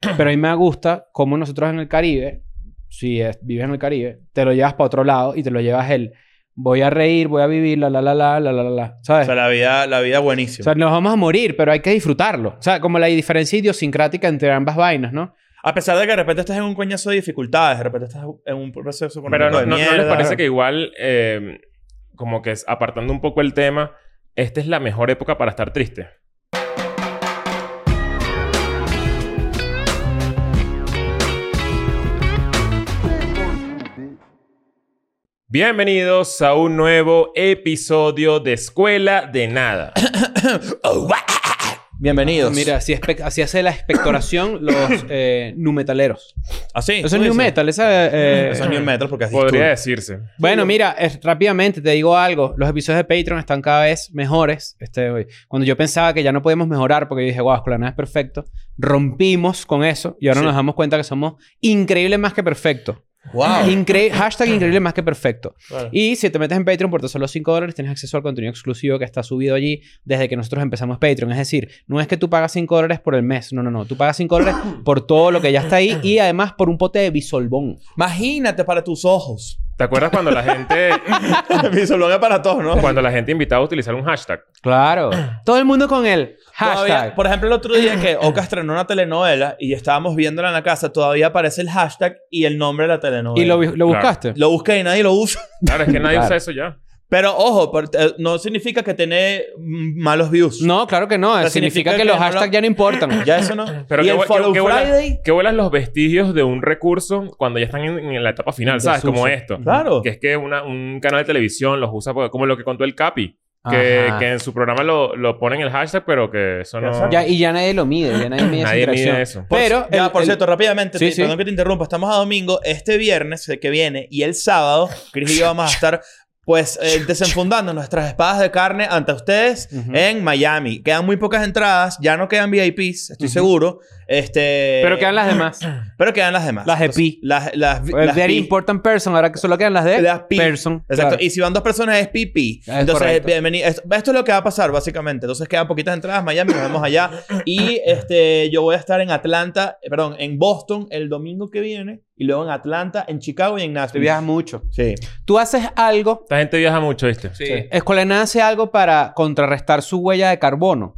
Pero a mí me gusta como nosotros en el Caribe, si es- vives en el Caribe, te lo llevas para otro lado y te lo llevas el voy a reír, voy a vivir, la la la la la la la, la, O ¿sabes? sea, la vida, la vida es O buenísima. sea, nos vamos a morir, pero hay que disfrutarlo. O sea, como la diferencia idiosincrática entre ambas vainas, ¿no? a pesar de que de repente estás en un coñazo de dificultades, de repente estás en un proceso económico Pero no, de no- no les mierda. parece que igual, eh, como que es- apartando un poco el tema, esta es la mejor época para estar triste. Bienvenidos a un nuevo episodio de Escuela de Nada. Bienvenidos. Mira, así, espe- así hace la expectoración los eh, nu metaleros. Así. Eso es new metal, esa, eh, Eso es new metal porque así Podría es decirse. Bueno, mira, es- rápidamente te digo algo. Los episodios de Patreon están cada vez mejores. Este, hoy- cuando yo pensaba que ya no podíamos mejorar, porque yo dije, wow, Escuela de Nada es perfecto, rompimos con eso y ahora Sí. nos damos cuenta que somos increíble más que perfecto. tú. Wow. Incre- hashtag increíble más que perfecto. Claro. Y si te metes en Patreon por tan solo 5 dólares, tienes acceso al contenido exclusivo que está subido allí desde que nosotros empezamos Patreon. Es decir, no es que tú pagas 5 dólares por el mes. No, no, no. Tú pagas 5 dólares por todo lo que ya está ahí y además por un pote de bisolbón. Imagínate para tus ojos. ¿Te acuerdas cuando la gente, Mi solón es para todos, ¿no? cuando la gente invitaba a utilizar un hashtag? Claro. Todo el mundo con el hashtag. Todavía- por ejemplo, el otro día que Oka estrenó una telenovela y estábamos viéndola en la casa, todavía aparece el hashtag y el nombre de la telenovela. ¿Y lo, vi- lo eh, Claro. buscaste? Lo busqué y nadie lo usa. Claro, es que nadie Claro. usa eso ya. Pero ojo, por- eh, no significa que tiene mm, malos views. No, claro que no. Pero Significa, significa que, que los no lo- hashtags ya no importan. Ya eso no. Pero y qué el bu- qué- Follow qué buena- Friday. que vuelan los vestigios de un recurso cuando ya están en, en la etapa final, ¿sabes? Desuso. Como esto. Claro. Que es que una- un canal de televisión los usa por- como lo que contó el Capi. Que, Ajá. que en su programa lo, lo ponen el hashtag, pero que eso no... Ya- y ya nadie lo mide. Ya nadie mide esa Nadie mide interacción. eso. Por- Pero... ya, el- por el- cierto, rápidamente, Sí, te- sí. perdón que te interrumpa. Estamos a domingo, este viernes eh, que viene y el sábado, Chris y yo vamos a estar, pues, eh, desenfundando nuestras espadas de carne ante ustedes Ujú. en Miami. Quedan muy pocas entradas, ya no quedan VIPs, estoy seguro. Este, Pero quedan las demás. pero quedan las demás. Las E Pues, de pi. Entonces, Las, las, las Very pi. important person. Ahora que solo quedan las de... Las pi. Person. Exacto. Claro. Y si van dos personas es pipi. Ah, es Entonces, correcto. bienvenido. Esto, esto es lo que va a pasar, básicamente. Entonces, quedan poquitas entradas. Miami, nos vemos allá. Y este, yo voy a estar en Atlanta, eh, perdón, en Boston el domingo que viene. Y luego en Atlanta, en Chicago y en Te Nashville. viajas mucho. Sí. Tú haces algo... Esta gente viaja mucho, ¿viste? Sí. Escuela de Nada hace algo para contrarrestar su huella de carbono.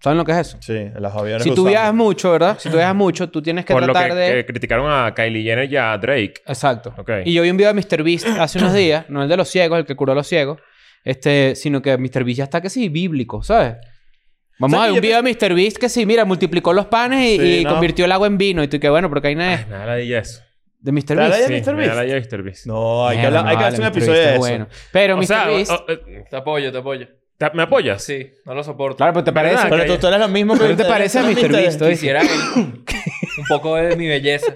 ¿Saben lo que es eso? Sí, en las aviones. Si que tú usamos. viajas mucho, ¿verdad? Si tú viajas mucho, tú tienes que Por lo que, tratar de... que criticaron a Kylie Jenner y a Drake. Exacto. Ok. Y yo vi un video de Mr. Beast hace unos días, no el de los ciegos, el que curó a los ciegos, este, sino que Mr. Beast ya está que sí, bíblico, ¿sabes? Vamos ¿Sabes a ver que un yo video de Mr. Beast que sí, mira, multiplicó los panes y, Sí, y ¿no? convirtió el agua en vino. Y tú, que bueno, porque hay nada Ay, me da la de eso. de Mr. ¿Te Beast. habla de Sí, Mr. me da la Beast? de Mr. Beast. No, hay que, Mierda, hablar- hay que vale, hacer un Mr. Beast episodio de está eso. Bueno. Pero O Mr. sea, Beast... o- o- Te apoyo, te apoyo. ¿te- ¿me apoyas? Sí, no lo pues soporto. Claro, pero te parece. ¿Verdad? Pero tú, tú eres lo mismo Pero te parece a Mr. Beast, ¿oíste? Quisiera un poco de mi belleza.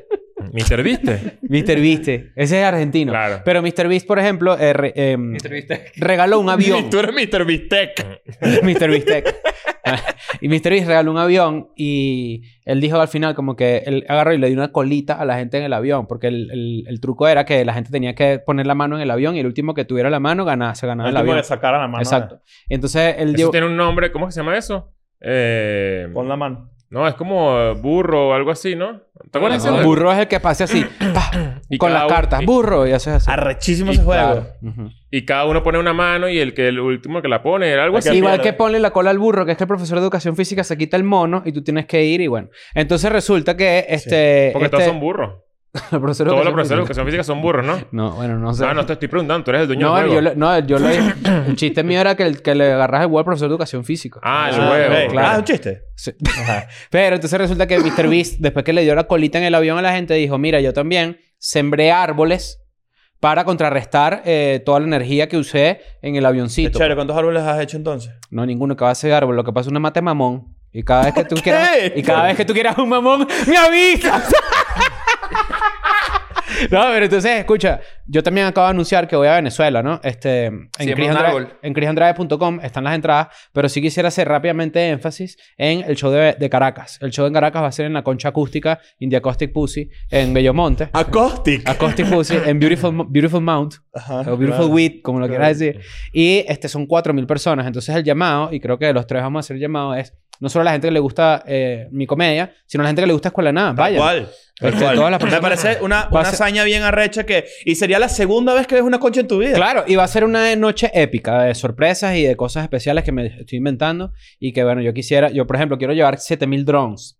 ¿Mr. Beast? Mr. Beast, eh, ese es argentino. Claro. Pero Mr. Beast, por ejemplo, eh, re- em, Mi entrevista. regaló un avión. Tú eres Mr. Bistec. Mr. Beast Tech. y Mr. Beast regaló un avión y él dijo al final como que él agarró y le dio una colita a la gente en el avión porque el, el- el truco era que la gente tenía que poner la mano en el avión y el último que tuviera la mano ganaba, se ganaba el, No, avión. que sacar la mano. Exacto. Entonces él Ah, Eso dio... tiene un nombre... ¿Cómo es que se llama eso? Eh, Pon la mano. no, es como eh, burro o algo así, ¿no? ¿Te acuerdas de No, eso? burro es el que pase así, pa, Y con cada las uno- cartas. y- Burro, y haces así. Arrechísimo Y ese juego. Claro. Ujú. Y cada uno pone una mano y el que el último que la pone era algo El que así. Igual pierde. que ponle la cola al burro, que es que el profesor de educación física se quita el mono y tú tienes que ir y bueno. Entonces resulta que este... Porque este- todos son burros. el profesor de Todos los educación profesores física- de educación física son burros, ¿no? No, bueno, no sé. Ah, no te estoy preguntando, tú eres el dueño No, del juego. yo le- no, yo le- el chiste mío era que, el, que le agarras el huevo al profesor de educación física. Ah, el Ah, huevo. ok. claro. Ah, un chiste. Sí. Ajá. Pero entonces resulta que Mr. Beast, después que le dio la colita en el avión a la gente, dijo, mira, yo también sembré árboles para contrarrestar eh, toda la energía que usé en el Qué avioncito. chévere. ¿Cuántos árboles has hecho entonces? No, ninguno que va a ser árbol. Lo que pasa es una mate mamón. Y cada vez que tú quieras... Y cada vez que tú quieras un mamón, ¡me avisas! No, pero entonces, escucha, yo también acabo de anunciar que voy a Venezuela, ¿no? Este, en, Siembra Chris un Andrade- árbol. en chrisandrade.com están las entradas, pero sí quisiera hacer rápidamente énfasis en el show de, de Caracas. El show en Caracas va a ser en la Concha Acústica, India Acoustic Pussy, en Bellomonte, Ah. Acoustic. Acoustic Pussy, en Beautiful, Mo- Beautiful Mount, Ajá, o Beautiful Ah, claro. Wheat, como lo Claro. quieras decir. Y este, son 4.000 personas. Entonces el llamado, y creo que de los tres vamos a hacer el llamado, es no solo a la gente que le gusta eh, mi comedia, sino a la gente que le gusta Escuela de Nada. Vaya. ¿Cuál? Este, todas las Me personas- parece una, Va a una ser- hazaña bien arrecha que... Y sería la segunda vez que ves una concha en tu vida. Claro, y va a ser una noche épica de sorpresas y de cosas especiales que me estoy inventando y que, bueno, yo quisiera, yo por ejemplo, quiero llevar 7000 drones.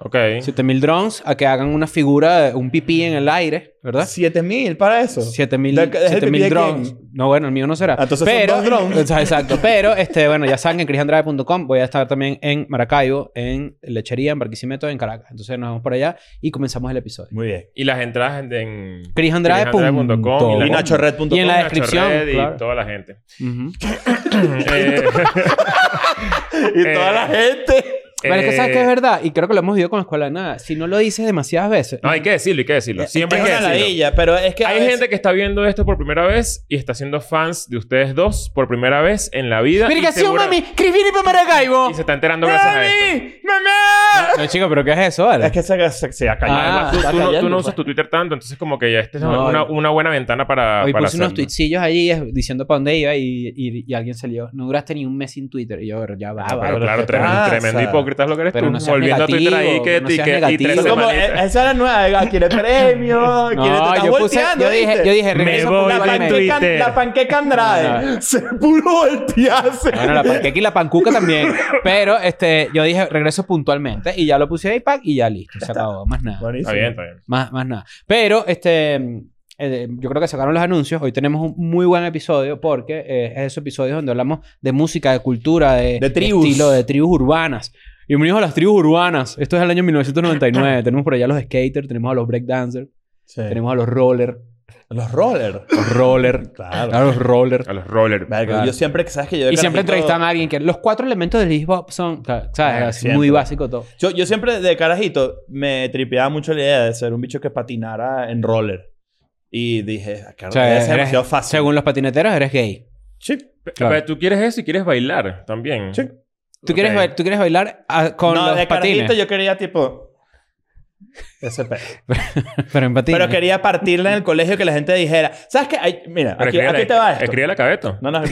Ok. 7000 drones a que hagan una figura, de un pipí en el aire, ¿verdad? Siete mil para eso. 7000 ¿De- de- de- 7000 de drones. No, bueno, el mío no será. Ah, entonces son pero, dos drones. O sea, Exacto. Pero, este, bueno, ya saben que en crisandrade.com voy a estar también en Maracaibo, en Lechería, en Barquisimeto, en Caracas. Entonces nos vamos por allá y comenzamos el episodio. Muy bien. Y las entradas en... en crisandrade.com crisandrade.com Y Y NachoRed.com. Y en la Nacho descripción, Red y claro. toda la gente. Ujú. Eh, Y toda la Eh, gente... Pero es que sabes eh, que es verdad, y creo que lo hemos vivido con la escuela de nada. Si no lo dices demasiadas veces, No, hay que decirlo, hay que decirlo. Siempre hay es que una decirlo. ladilla, pero es que... a Hay veces- gente que está viendo esto por primera vez y está siendo fans de ustedes dos por primera vez en la vida. y segura- ¡Chris viene para Maracaibo! Y se está enterando gracias a esto. ¡Mamá! No, chico, ¿pero qué es eso, vale? Es que se, se, se ha callado. Ah, Además, tú, Está tú no, tú callando, no pues. usas tu Twitter tanto, entonces como que ya esta es No, una, yo- una buena ventana para, Hoy Ah, para puse unos hacerlo. tuitcillos allí eh, diciendo para dónde iba y, y, y alguien se lió. No duraste ni un mes sin Twitter. Y yo, pero ya va, Ah, va. pero pero claro, ¿qué tremendo, pasa? tremendo hipócrita es lo que eres Pero tú. no seas volviendo a Twitter ahí negativo, que, no te- seas que- y negativo. tres Es Esa como, semanitas. eh, esa es la nueva, quiere premio, quiere te e-, No, estás yo puse... volteando, Yo dije, ¿viste? yo dije, Me regreso voy por la Oye, la en panqueca, Twitter. la panqueca Andrade se pudo voltearse. Bueno, la panqueca y la pancuca también. Pero, este, yo dije, regreso puntualmente. Y ya lo puse ahí, pack, y ya listo. Se acabó. Más nada. Buenísimo. Está bien, está bien. Más, más nada. Pero, este, mm, eh, yo creo que sacaron los anuncios. Hoy tenemos un muy buen episodio porque eh, es esos episodios donde hablamos de música, de cultura, de, De tribus. estilo, de tribus urbanas. Bienvenidos a las tribus urbanas. Esto es el año 1999. tenemos por allá a los skaters, tenemos a los breakdancers, Sí. tenemos a los roller, Los rollers. los roller, Claro. a los roller. A los rollers. Verga, Claro. Yo siempre, ¿sabes que yo de Y siempre carajito- entrevistan a alguien que los cuatro elementos del hip hop son, claro, ¿sabes? Ah, Así, siempre. muy básico todo. Yo, yo siempre de carajito me tripeaba mucho la idea de ser un bicho que patinara en roller. Y dije, "Ah, claro, O sea, debe ser eres- demasiado fácil. Según los patineteros, eres gay. Sí. Claro. Pero tú quieres eso y quieres bailar también. Sí. ¿Tú, quieres, Ok. ba- tú quieres bailar ah, con no, los de patines? carajito yo quería tipo... Ese pedo. Pero en patines. Pero quería partirla en el colegio que la gente dijera, ¿sabes qué? Ay, mira, Pero aquí, escribe aquí la- te va esto. Escribe la cabeza. No, no,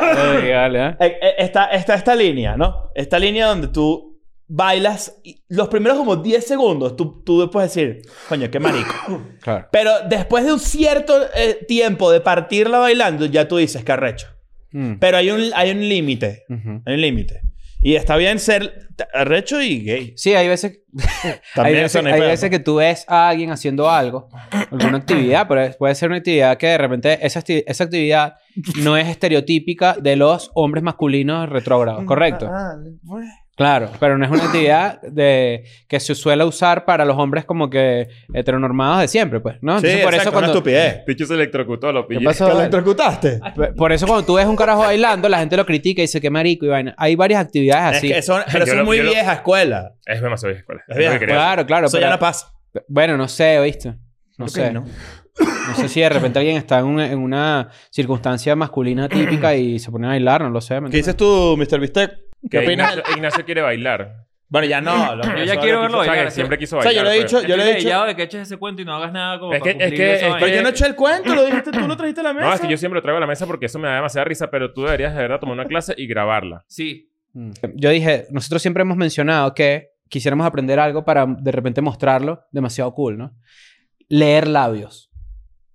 Ay, vale, ¿eh? Eh, eh, está, está esta línea, ¿no? Esta línea donde tú bailas y los primeros como 10 segundos tú, tú puedes decir, coño, qué marico. Claro. Pero después de un cierto eh, tiempo de partirla bailando, ya tú dices, qué arrecho. Mm. Pero hay un, hay un límite. Ujú. Hay un límite. Y está bien ser t- arrecho y gay. Sí, hay veces, hay También veces, eso no hay hay pedo, veces ¿no? que tú ves a alguien haciendo algo, alguna actividad, pero es- puede ser una actividad que de repente esa, acti- esa actividad no es estereotípica de los hombres masculinos retrógrados, correcto. Ah, ah, bueno. Claro, pero no es una actividad de, que se suele usar para los hombres como que heteronormados de siempre, pues, ¿no? Sí, Entonces, por eso una estupidez. Picho se electrocutó, lo ¿Qué pillé. pasó, ¿Te vale? electrocutaste? P- Por eso cuando tú ves un carajo bailando, la gente lo critica y dice que marico y vaina. Hay varias actividades Es así. que son, pero Yo son lo- muy yo lo- vieja escuela. Es demasiado vieja escuela. Es vieja lo que quería Claro, claro. Eso pero- ya no pasa. Bueno, no sé, ¿oíste? No Ok, sé. No. sé si de repente alguien está en una, en una circunstancia masculina típica y se pone a bailar, no lo sé. ¿me ¿Qué entiendes? dices tú, Mr. Bistec? decir. ¿Qué Que opinas? Ignacio, Ignacio quiere bailar. Bueno, ya no. lo- Yo eso ya lo quiero que- verlo O sea, que bailar. siempre quiso O sea, bailar. yo lo he pero- dicho- yo le he dicho... ya de que eches ese cuento y no hagas nada como Es para que- es cumplir que- esa es vaina. Pero yo no eché el cuento, lo dijiste, tú lo trajiste a la mesa. No, es que yo siempre lo traigo a la mesa porque eso me da demasiada risa, pero tú deberías de verdad tomar una clase y grabarla. Sí. Mm. Yo dije, nosotros siempre hemos mencionado que quisiéramos aprender algo para de repente mostrarlo demasiado cool, ¿no? Leer labios.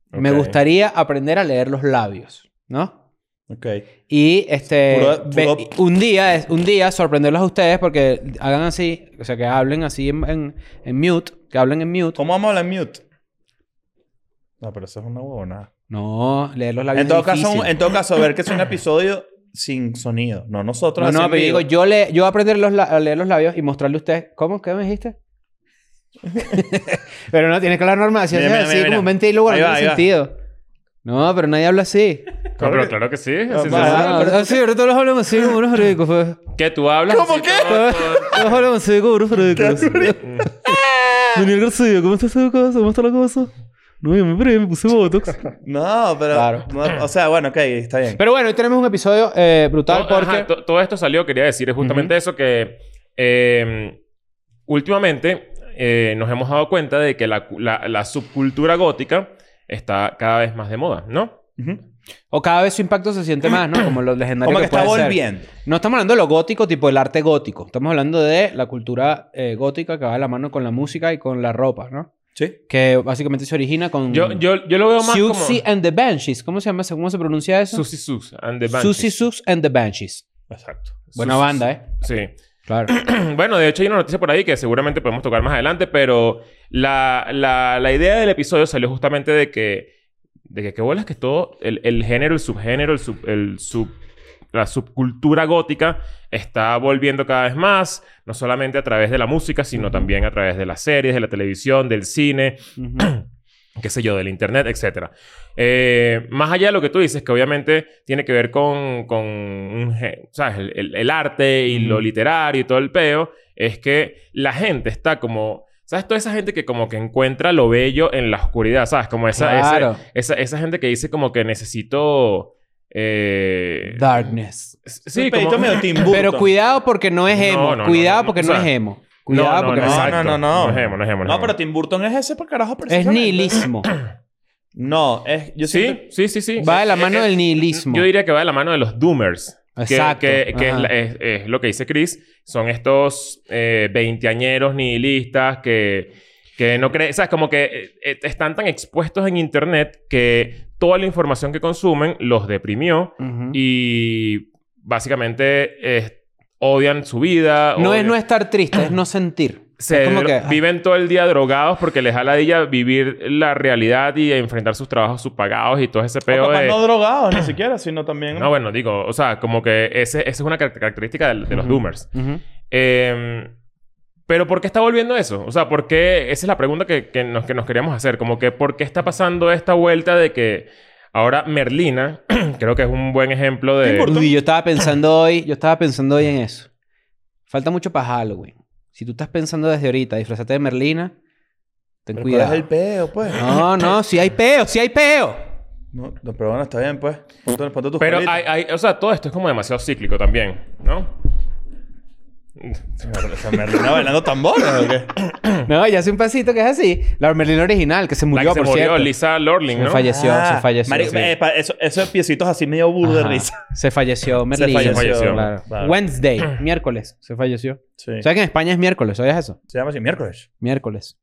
Me Ok. gustaría aprender a leer los labios, ¿no? Ok. Y este Puro- ve- puro- un día es- un día sorprenderlos a ustedes porque hagan así, o sea, que hablen así en, en, en mute, que hablen en mute. ¿Cómo vamos a hablar en mute? No, pero eso es una huevonada. No, leer los labios. En todo, es difícil. caso, un- en todo caso, ver que es un episodio sin sonido. No nosotros. No, no, así en pero yo vivo. digo, yo, le, yo aprender los la- a leer los labios y mostrarle a ustedes. ¿Cómo? ¿Qué me dijiste? pero no, tienes que hablar normal. Si Mira, haces mira, así, mira, como mira. mente y luego no Ahí va, tiene ahí va. sentido. No, pero nadie habla así. No, pero claro que sí. así va, se hace. va. Ah, pero tú- ah, sí, ahorita los hablamos así como unos ricos. Pues. ¿Qué tú hablas? ¿Cómo así qué? todo- Los hablamos así como unos ricos. Daniel García, ¿cómo está esa cosa? ¿Cómo está la cosa? No, yo me operé, me puse botox. No, pero. Claro. no, o sea, bueno, ok, está bien. Pero bueno, hoy tenemos un episodio eh, brutal Todo- porque... ajá, to- todo esto salió, quería decir, es justamente eso que eh, últimamente eh, nos hemos dado cuenta de que la, cu- la- la subcultura gótica está cada vez más de moda, ¿no? Ujú. O cada vez su impacto se siente más, ¿no? Como los legendarios Como que, está puede ser. volviendo. No estamos hablando de lo gótico, tipo el arte gótico. Estamos hablando de la cultura eh, gótica que va de la mano con la música y con la ropa, ¿no? Sí. Que básicamente se origina con... Yo, yo, yo lo veo más como... Susie and the Banshees. ¿Cómo se llama? eso? ¿Cómo se pronuncia eso? Susie Sus and the Banshees. Susie Sus and the Banshees. Exacto. Buena Sus- banda, ¿eh? Sí. Claro. Bueno, de hecho hay una noticia por ahí que seguramente podemos tocar más adelante, pero la, la- la idea del episodio salió justamente de que, de que qué bolas que todo, el, el género, el subgénero, el sub, el sub- la subcultura gótica está volviendo cada vez más, no solamente a través de la música, sino también a través de las series, de la televisión, del cine, Ujú. qué sé yo, del internet, etcétera. Eh, más allá de lo que tú dices, que obviamente tiene que ver con, con un gen- ¿sabes? El, el- el arte y lo Ujú. literario y todo el peo, es que la gente está como... ¿Sabes? Toda esa gente que como que encuentra lo bello en la oscuridad, ¿sabes? Como esa, ese- Claro. esa, esa gente que dice como que necesito... eh, Darkness. Sí, un pedito como... medio Tim Pero Burton. cuidado porque no es No, emo. no, no, cuidado no, no, porque o no, sea, es emo. Cuidado porque no, es emo. exacto. no, no, no. No es emo, no es emo, no es No, emo. pero Tim Burton es ese por carajo Es precisamente. nihilismo. No, es... Yo siento- Sí, sí, sí, sí. Va de la Eh, mano eh, del nihilismo. Yo diría que va de la mano de los doomers. Que- Exacto. Que, que es, Ajá. la- es- es lo que dice Chris. Son estos eh, veinteañeros nihilistas que, que no creen... O sea, como que eh, eh, están tan expuestos en internet que toda la información que consumen los deprimió Ujú. y básicamente eh, odian su vida. No es odian- no estar triste, es no sentir. se es como que... ah, viven todo el día drogados porque les da la dilla vivir la realidad y enfrentar sus trabajos subpagados y todo ese O peo capaz de... no drogados ni siquiera, sino también... No, bueno, digo, o sea, como que ese- esa es una car- característica del- de, los Ujú. Doomers. ujú. Eh, pero ¿por qué está volviendo eso? O sea, ¿por qué? Esa es la pregunta que, que nos, que nos queríamos hacer. Como que ¿por qué está pasando esta vuelta de que ahora Merlina, creo que es un buen ejemplo de... Tim Burton. Uy, yo estaba pensando hoy, yo estaba pensando hoy en eso. Falta mucho para Halloween. Si tú estás pensando desde ahorita, disfrazate de Merlina, ten Pero ¿cuál cuidado. es el peo, pues? No, no, si hay peo, si hay peo. No, no, pero bueno, está bien, pues. Ponte, ponte tus Pero colitas. hay, hay- o sea, todo esto es como demasiado cíclico también, ¿no? ¿Está Merlina bailando tambores o qué? No, ya hace un pasito que es así. La Merlina original, que se La murió, que se por murió, cierto. Lisa Lorling, Se ¿no? falleció, Ah, se falleció. marico, sí. eh, pa- eso- esos piecitos así medio burro de Ajá. risa. Se falleció Merlina. falleció, claro. claro. Wednesday, miércoles, se falleció. Sí. ¿Sabes que en España es miércoles? ¿Sabías eso? Se llama así, miércoles. Miércoles.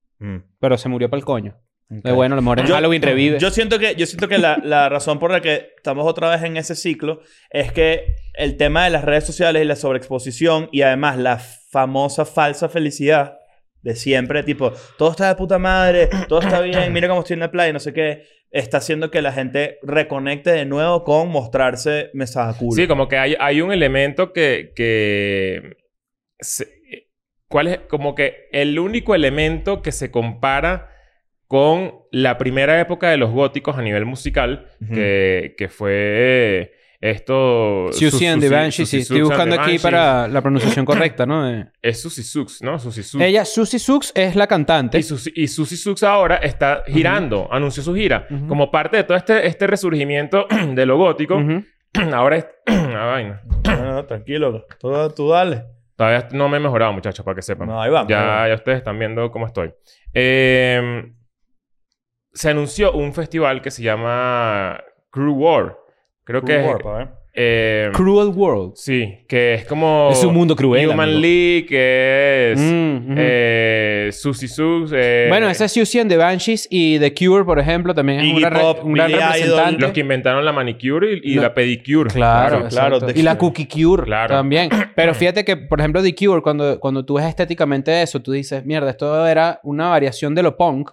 Pero se murió para el coño. Ok. Pero Mm. bueno, a lo mejor en Halloween revive. Yo siento que, yo siento que la, la razón por la que estamos otra vez en ese ciclo es que el tema de las redes sociales y la sobreexposición y además la famosa falsa felicidad de siempre, tipo, todo está de puta madre, todo está bien, mira cómo estoy en la playa, no sé qué, está haciendo que la gente reconecte de nuevo con mostrarse mensajes cool. Sí, como que hay, hay un elemento que... que se- ¿Cuál es? Como que el único elemento que se compara con la primera época de los góticos a nivel musical, Ujú. que, que fue esto... Susie and the Banshee, sí. Estoy buscando aquí para la pronunciación correcta, ¿no? Eh, Es Susie Sux, ¿no? Susie Sux. Ella, Susie Sux, es la cantante. Y, Susi- y Susi Sux ahora está girando, anunció su gira. Ujú. Como parte de todo este, este resurgimiento de lo gótico, Ujú. ahora es. ah, vaina. No, no, no, tranquilo, tú, tú dale. Todavía no me he mejorado, muchachos, para que sepan. No, ahí vamos. ahí ya, vamos. ya ustedes están viendo cómo estoy. Eh, se anunció un festival que se llama Crew War. Creo que es. Warp, a ver. eh, Cruel World. sí, que es como. Es un mundo cruel, Human amigo. League, que es. Mm, ujú. eh, Susi Sux. eh, bueno, esa es Susie and the Banshees y The Cure, por ejemplo, también es Iggy una re- Pop, un gran Billy Idol, representante. Los que inventaron la manicure y, y No. la pedicure. Claro, claro, claro. The Y la Cure. Cookie Cure Claro. también. Pero fíjate que, por ejemplo, The Cure, cuando, cuando tú ves estéticamente eso, tú dices, mierda, esto era una variación de lo punk.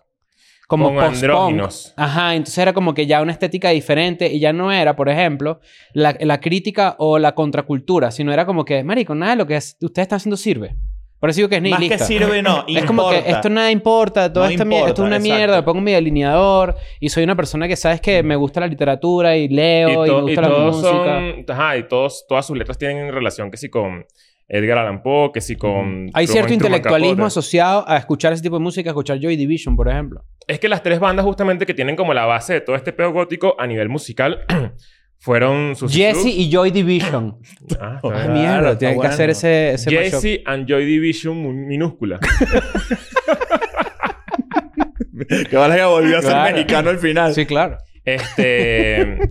Como Con post-punk. andróginos. Ajá, entonces era como que ya una estética diferente y ya no era, por ejemplo, la, la crítica o la contracultura, sino era como que, marico, nada de lo que es- ustedes están haciendo sirve. Por eso digo que es Más nihilista. que sirve, no, Es como que importa. esto nada importa, todo No esto, mi- importa, esto es una exacto. mierda, me pongo mi delineador y soy una persona que sabes que me gusta la literatura y leo y, to- me gusta la todos música. son... Ajá, y todos, todas sus letras tienen relación que sí con Edgar Allan Poe, que sí con... Hay Truman- cierto Truman intelectualismo Capote. asociado a escuchar ese tipo de música, a escuchar Joy Division, por ejemplo. Es que las tres bandas justamente que tienen como la base de todo este peo gótico a nivel musical fueron sus... Jesse y Joy Division. Ah, Ah, está bien. mierda, está tienen bueno. que hacer ese, ese mashup. Jesse and Joy Division mu- minúscula. Que vale que volvió a ser Claro. mexicano al final. Sí, claro. Este...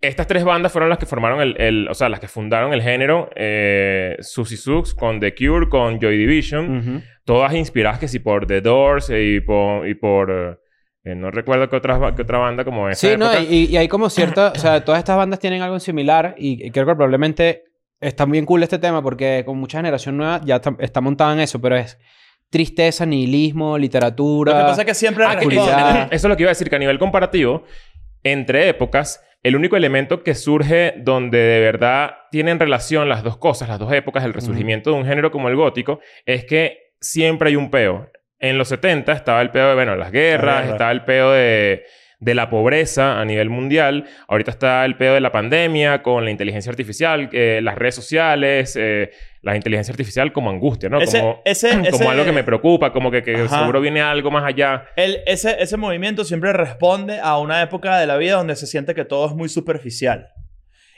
Estas tres bandas fueron las que formaron el, el- o sea, las que fundaron el género, eh, Susie Sux con The Cure, con Joy Division, Ujú. todas inspiradas que sí por The Doors y por, y por eh, no recuerdo qué, otras ba- qué otra banda como Pues esa. Sí, no, época. y, y hay como cierto, o sea, todas estas bandas tienen algo en similar y creo que probablemente está bien cool este tema porque con mucha generación nueva ya está, está montada en eso, pero es tristeza, nihilismo, literatura. Lo que pasa es que siempre Ah, que- responden. oscuridad. eso es lo que iba a decir, que a nivel comparativo, entre épocas, el único elemento que surge donde de verdad tienen relación las dos cosas, las dos épocas, el resurgimiento de un género como el gótico, es que siempre hay un peo. En los 70 estaba el peo de, bueno, las guerras, La guerra. estaba el peo de, de la pobreza a nivel mundial, ahorita está el peo de la pandemia con la inteligencia artificial, eh, las redes sociales, eh, la inteligencia artificial como angustia, ¿no? Ese- como ese- como ese- algo que me preocupa, como que, que Ajá. seguro viene algo más allá. El- ese, ese movimiento siempre responde a una época de la vida donde se siente que todo es muy superficial.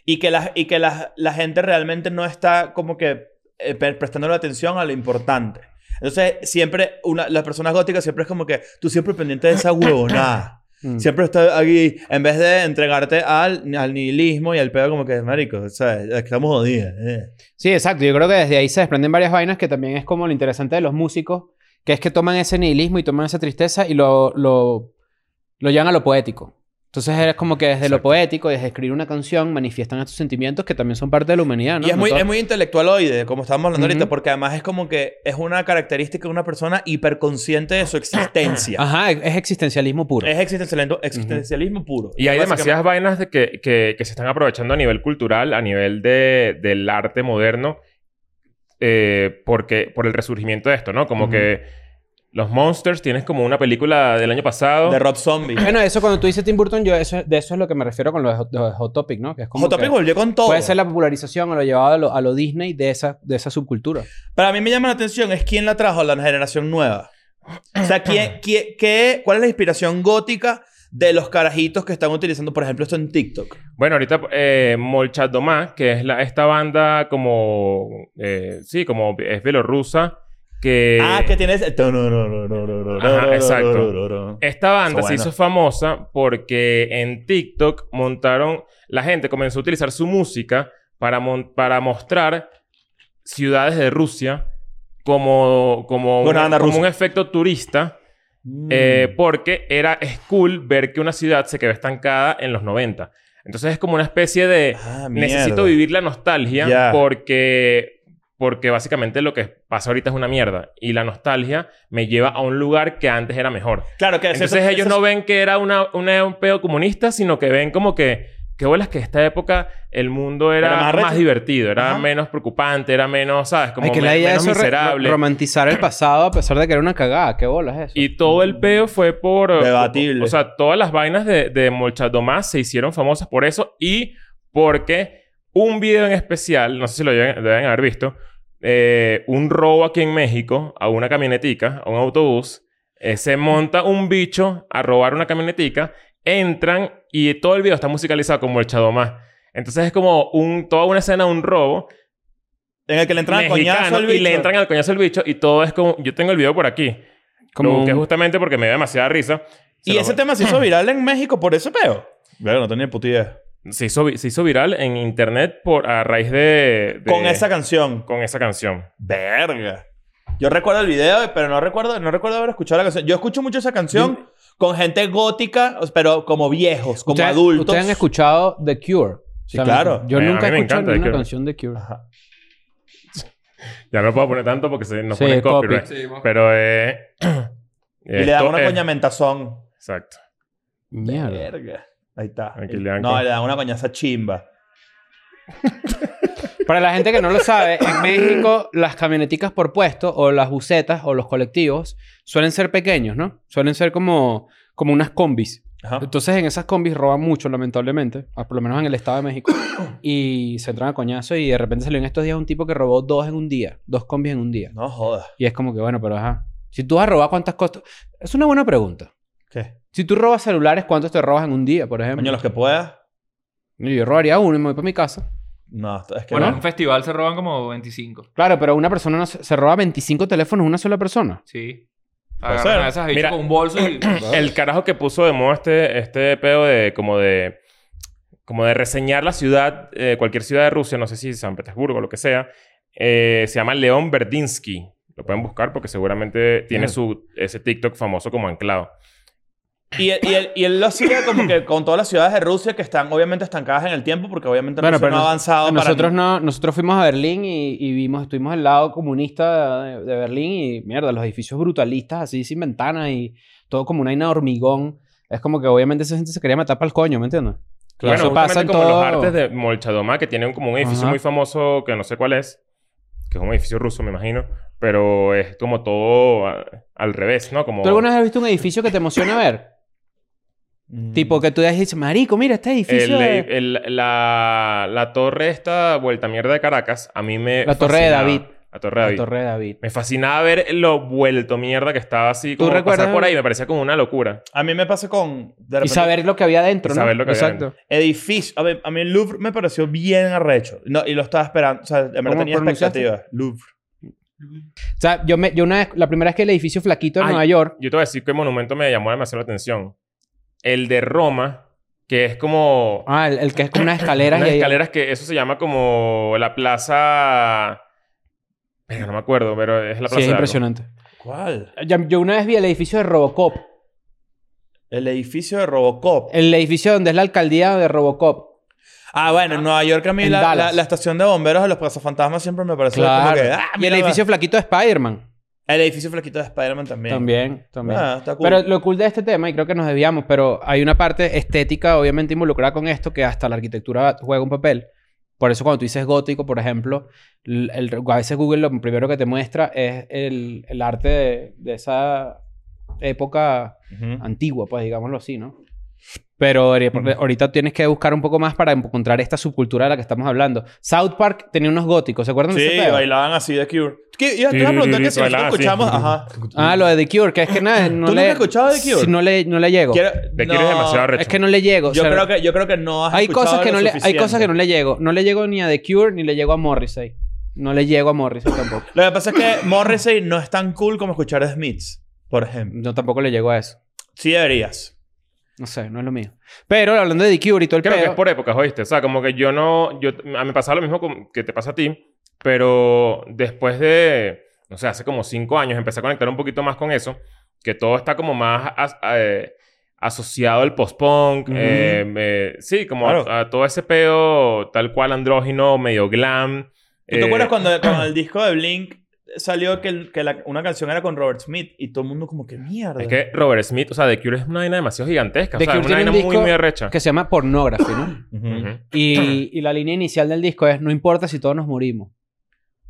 Y que, la, y que la, la gente realmente no está como que eh, pre- prestando la atención a lo importante. Entonces, siempre, una, las personas góticas siempre es como que tú siempre pendiente de esa huevonada. Mm. Siempre está aquí, en vez de entregarte al, al nihilismo y al pedo como que, marico, ¿sabes? Es que estamos jodidos. eh". Sí, exacto. Yo creo que desde ahí se desprenden varias vainas que también es como lo interesante de los músicos, que es que toman ese nihilismo y toman esa tristeza y lo, lo, lo llevan a lo poético. Entonces es como que desde lo poético, desde escribir una canción, manifiestan estos sentimientos que también son parte de la Ah, humanidad, ¿no? Y es No muy, todo- es muy intelectualoide, como estábamos hablando ahorita, Ujú. porque además es como que es una característica de una persona hiperconsciente de su Ah, existencia. Ajá, es- es existencialismo puro. es existencialismo, existencialismo puro. Y hay Básicamente- demasiadas vainas de que, que- que se están aprovechando a nivel cultural, a nivel de, del arte moderno, eh, porque, por el resurgimiento de esto, ¿no? Como Ujú. que los Monsters tienes como una película del año pasado. De Rob Zombie. Bueno, eso cuando tú dices Tim Burton, yo eso, de eso es lo que me refiero con lo de Hot, lo de Hot Topic, ¿no? Que es como Hot Topic que volvió con todo. puede ser la popularización o lo llevado a lo, a lo Disney de esa, de esa subcultura. Para mí me llama la atención es quién la trajo a la generación nueva. O sea, ¿quién, quién- qué, ¿cuál es la inspiración gótica de los carajitos que están utilizando, por ejemplo, esto en TikTok? Bueno, ahorita eh, Molchadomá, que es la, esta banda como... eh, sí, como es bielorrusa, que... ah, que tienes... Ajá, Eh, Ajá, exacto. Eh, Esta banda Eso se bueno. hizo famosa porque en TikTok montaron, la gente comenzó a utilizar su música para, mon- para mostrar ciudades de Rusia como, como, Una una- banda como rusa. Mm. un efecto turista, eh, porque era es cool ver que una ciudad se quedó estancada en los 90. Entonces es como una especie de Ah, mierda. necesito vivir la nostalgia Ya. porque porque básicamente lo que pasa ahorita es una mierda y la nostalgia me lleva a un lugar que antes era mejor. Claro que Entonces ellos no ven que era una, una- un pedo comunista, sino que ven como que... Qué bolas que esta época el mundo era, Era más más, recho. divertido, era Ajá. menos preocupante, era menos, ¿sabes? Como Ay, que me- la idea de menos eso es re- miserable. romantizar el pasado a pesar de que era una cagada. ¿Qué bolas es eso? y todo el peo fue por... eh, Debatible. O, sea, todas las vainas de, de Molchadomás se hicieron famosas por eso y porque un video en especial, no sé si lo deben, deben haber visto, eh, un robo aquí en México a una camionetica, a un autobús, eh, se monta un bicho a robar una camionetica, entran y todo el video está musicalizado como el Chadomás. Entonces es como un, toda una escena, un robo En el que le entran a coñazo mexicano al y le bicho. entran al coñazo el bicho y todo es como... Yo tengo el video por aquí. Como un- que justamente porque me dio demasiada risa. Se Y lo- ese tema se hizo viral en México por ese peo. Claro, no tenía puta idea. se hizo, vi- se hizo viral en internet por, a raíz de, de- Con esa canción. con esa canción. Verga. Yo recuerdo el video, pero no recuerdo, no recuerdo haber escuchado la canción. Yo escucho mucho esa canción con gente gótica, o- pero como viejos, como ¿Ustedes- adultos. Ustedes han escuchado The Cure. Sí, claro. Yo Eh, a nunca mí me he escuchado encanta The ninguna Cure. canción de Cure. Ajá. Ya no puedo poner tanto porque se nos Sí, pone copy. copyright. Sí, vamos. Pero eh, Y le dan esto una es- coñamentazón. Exacto. Mierda. Verga. Ahí está. Aquí le dan no, con- le dan una coñaza chimba. Para la gente que no lo sabe, en México las camioneticas por puesto o las bucetas o los colectivos suelen ser pequeños, ¿no? Suelen ser como, como unas combis. Ajá. Entonces en esas combis roban mucho, lamentablemente, ah, por lo menos en el Estado de México, y se entran a coñazo y de repente salió en estos días un tipo que robó dos en un día, dos combis en un día. No jodas. Y es como que, bueno, pero ajá, si tú vas a robar cuántas costas... Es una buena pregunta. ¿Qué? Si tú robas celulares, ¿cuántos te robas en un día, por Em- ejemplo? Coño, los que puedas. Yo robaría uno y me voy para mi casa. No, es que Bueno, en no. un festival se roban como 25. Claro, pero una persona no se, se roba 25 teléfonos una sola persona. Sí. ser. Agarran a esas bichas Mira, Ah. con un bolso y... El carajo que puso de moda este, este pedo de como de como de reseñar la ciudad, eh, cualquier ciudad de Rusia, no sé si San Petersburgo o lo que sea, eh, se llama León Berdinsky. Lo pueden buscar porque seguramente tiene Claro. su, ese TikTok famoso como anclado. Y él, y él- y él lo hacía como que con todas las ciudades de Rusia que están obviamente estancadas en el tiempo porque obviamente Bueno, Rusia pero no ha nos- avanzado para Nosotros no, nosotros fuimos a Berlín y, y vimos, estuvimos al lado comunista de, de Berlín y mierda, los edificios brutalistas así sin ventanas y todo como una vaina de hormigón. Es como que obviamente esa gente se quería matar para el coño, ¿me entiendes? Y Claro, eso pasa en como todo. los artes de Molchadoma, que tienen como un edificio Ajá. muy famoso que no sé cuál es, que es un edificio ruso, me imagino, pero es como todo a- al revés, ¿no? Como ¿Tú alguna vez has visto un edificio que te emociona ver? Mm. Tipo que tú dices, marico, mira este el- edificio. de- el- la, la torre esta vuelta mierda de Caracas, a mí me. La Torre de fascinaba. David. La Torre de La David. Torre de David. Me fascinaba ver lo vuelto mierda que estaba así. ¿Tú Como recuerdas? pasar por ahí me parecía como una locura. A mí me pasa con... De Y repente, saber lo que había dentro, Y ¿no? saber lo que había Exacto. dentro. Edificio. A, ver, a mí el Louvre me pareció bien arrecho. No, y lo estaba esperando. O sea, en verdad ¿Cómo tenía pronunciaste? expectativas. Louvre. O sea, yo, me, yo una vez, la primera vez que el edificio flaquito de Ay. Nueva York, Yo te voy a decir qué monumento me llamó demasiado la atención. El de Roma, que es como. ah, el, el que es con unas escaleras unas y ahí- escaleras que eso se llama como la plaza. Pero no me acuerdo, pero es la plaza. Sí, de es algo. impresionante. ¿Cuál? Ya- Yo una vez vi el edificio de Robocop. El edificio de Robocop. El edificio donde es la alcaldía de Robocop. Ah, bueno, en Nueva York a mí En la, la- Dallas. la estación de bomberos de los cazafantasmas siempre me pareció como que... ah, y el mira, edificio flaquito de Spider-man. El edificio flaquito de Spider-Man también. También, también. Ah, está cool. Pero lo cool de este tema, y creo que nos desviamos, pero hay una parte estética obviamente involucrada con esto que hasta la arquitectura juega un papel. Por eso cuando tú dices gótico, por ejemplo, l- el- a veces Google lo primero que te muestra es el, el arte de, de esa época Ujú. antigua, pues digámoslo así, ¿no? Pero ahori- porque ahorita tienes que buscar un poco más para encontrar esta subcultura de la que estamos hablando. South Park tenía unos góticos, ¿se acuerdan de Sí, ese pedo? bailaban así de Cure. ¿Qué? Yo te iba a preguntar que si nosotros Bailaban así. escuchamos... Ajá. Ah, lo de The Cure, que es que nada, no ¿Tú le... nunca has escuchado The Cure? Si No le, no le llego. Quiero- De Cure es demasiado arrecho. Es que no le llego. Yo, o sea, creo que, yo creo que no has hay escuchado cosas que lo no le, hay suficiente. cosas que no le llego. No le llego ni a The Cure ni le llego a Morrissey. No le llego a Morrissey tampoco. Lo que pasa es que Morrissey no es tan cool como escuchar a Smiths, por ejemplo. No tampoco le llego a eso. Sí deberías. No sé, no es lo mío. Pero hablando de The Cure y todo el Creo que pedo, es por épocas, ¿oíste? O sea, como que yo no... Yo, a mí me pasaba lo mismo con- que te pasa a ti, pero después de... No sé, hace como cinco años empecé a conectar un poquito más con eso, que todo está como más as- a- eh, asociado al post-punk. Ujú. eh, eh, sí, como Claro. a, a todo ese peo tal cual andrógino, medio glam. ¿Tú eh, te acuerdas cuando, cuando el disco de Blink salió que, el- que la- una canción era con Robert Smith y todo el mundo como que mierda? Es que Robert Smith, o sea, The Cure es una vaina demasiado gigantesca. The o sea, Cure es una tiene un vaina muy, disco muy arrecha. que se llama Pornography, ¿no? Ujú. Ujú. Y, y la línea inicial del disco es no importa si todos nos morimos.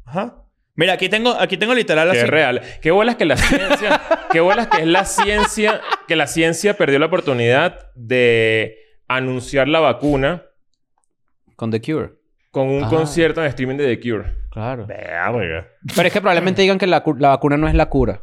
Ajá. Mira, aquí tengo, aquí tengo literal Que así. es real. Qué bolas que la ciencia... qué bolas que es la ciencia... Que la ciencia perdió la oportunidad de anunciar la vacuna Con The Cure. con un Ah. concierto en streaming de The Cure. Claro. Verga. Pero es que probablemente digan que la, cu- la vacuna no es la cura.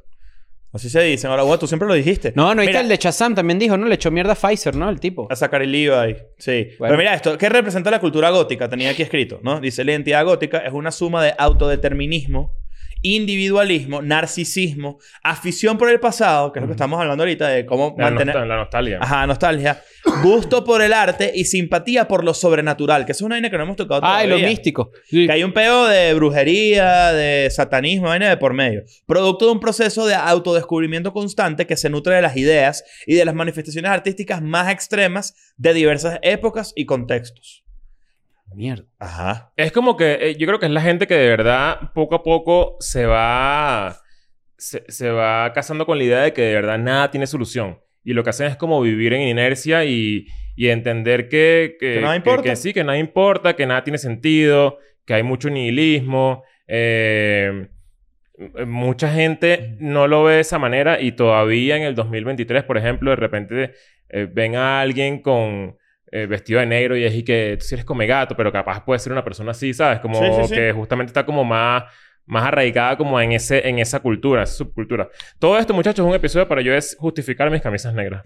Así se dicen. Ahora, bueno, tú siempre lo dijiste. No, no, ahí está Mira, el de Chazam también dijo, ¿no? Le echó mierda a Pfizer, ¿no? El tipo. A Zachary Levi. Sí. Bueno. Pero mira esto. ¿Qué representa la cultura gótica? Tenía aquí escrito, ¿no? Dice, la identidad gótica es una suma de autodeterminismo, individualismo, narcisismo, afición por el pasado, que es lo que estamos hablando ahorita de cómo La, mantener... nostal- la nostalgia. Ajá, nostalgia. Gusto por el arte y simpatía por lo sobrenatural, que eso es una vaina que no hemos tocado Ah, y lo todavía. místico. Que hay un pedo de brujería, de satanismo, vaina de por medio. Producto de un proceso de autodescubrimiento constante que se nutre de las ideas y de las manifestaciones artísticas más extremas de diversas épocas y contextos. Mierda. Ajá. Es como que... eh, yo creo que es la gente que de verdad poco a poco se va... Se, se va casando con la idea de que de verdad nada tiene solución. Y lo que hacen es como vivir en inercia y, y entender que... Que, Que nada importa. que sí, que nada importa, que nada tiene sentido, que hay mucho nihilismo. eh, m- mucha gente no lo ve de esa manera y todavía en el 2023, por ejemplo, de repente eh, ven a alguien con... eh, vestido de negro y es y que tú sí eres come gato, pero capaz puede ser una persona así, ¿sabes? Como Sí, sí, sí. que justamente está como más, más arraigada como en, ese, en esa cultura, esa subcultura. Todo esto, muchachos, es un episodio para yo es justificar mis camisas negras.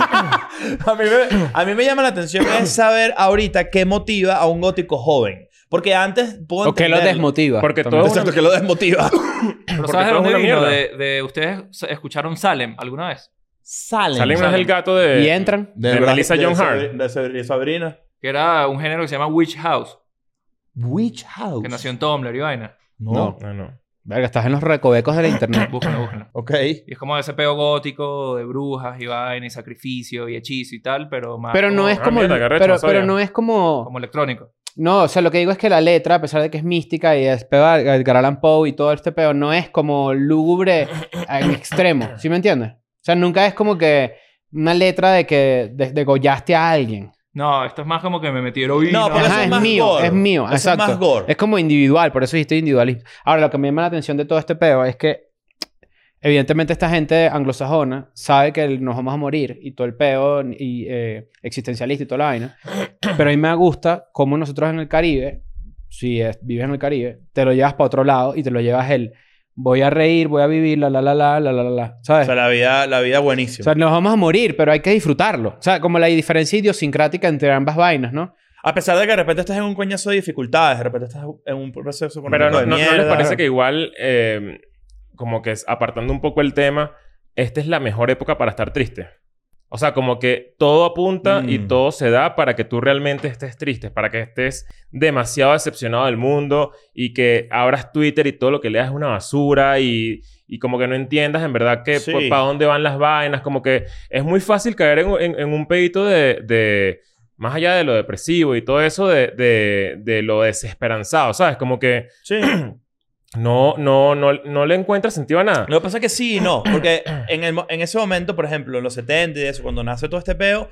A mí, me, a mí me llama la atención es saber ahorita qué motiva a un gótico joven. Porque antes puedo O que lo entenderlo. desmotiva. Porque También. todo- Exacto, que lo desmotiva. Pero Porque ¿sabes de todo es dónde una vino? De, mierda. de- ¿Ustedes s- escucharon Salem alguna vez? Salen. Salen más Salen. del gato de... Y entran. de Melissa John Hart. De Sabrina. que era un género que se llama Witch House, Witch House. que nació en Tumblr y vaina. No. No. No, no. Verga, estás en los recovecos de la internet. Búscalo, búscalo. Ok. Y es como ese peo gótico de brujas y vaina y sacrificio y hechizo y tal, pero más Pero no como- es Ah, como... mierda, qué rechazo, pero, pero ya. no es como... como electrónico. No, o sea, lo que digo es que la letra, a pesar de que es mística y es peo de Edgar Allan Poe y todo este peo, no es como lúgubre en extremo. ¿Sí me entiendes? O sea, nunca es como que una letra de que de- degollaste a alguien. No, esto es más como que me metí heroína. No, porque Pero eso Ajá, es es, más mío, gore. es mío. Eso es exacto. más gore. Es como individual, por eso dijiste individualismo. Ahora, lo que me llama la atención de todo este peo es que, evidentemente, esta gente anglosajona sabe que el- nos vamos a morir y todo el peo y, eh, existencialista y toda la vaina. Pero a mí me gusta cómo nosotros en el Caribe, si es- vives en el Caribe, te lo llevas para otro lado y te lo llevas el voy a reír, voy a vivir, la la la la la la la, la. O ¿Sabes? sea, la vida, la vida O buenísima. sea, nos vamos a morir, pero hay que disfrutarlo. O sea, como la diferencia idiosincrática entre ambas vainas, ¿no? a pesar de que de repente estás en un coñazo de dificultades, de repente estás en un proceso con Pero no, no- no les parece parece que igual, eh, como que es- apartando un poco el tema, esta es la mejor época para estar triste. O sea, como que todo apunta y Mm. todo se da para que tú realmente estés triste, para que estés demasiado decepcionado del mundo y que abras Twitter y todo lo que leas es una basura y, y como que no entiendas en verdad que Sí. para dónde van las vainas. Como que es muy fácil caer en, en- en un pedito de, de- más allá de lo depresivo y todo eso, de, de- de lo desesperanzado, ¿sabes? Como que Sí. no, no, no, no le encuentras sentido a nada. Lo que pasa es que sí y no. Porque en, el mo- en ese momento, por ejemplo, en los 70 y eso, cuando nace todo este peo,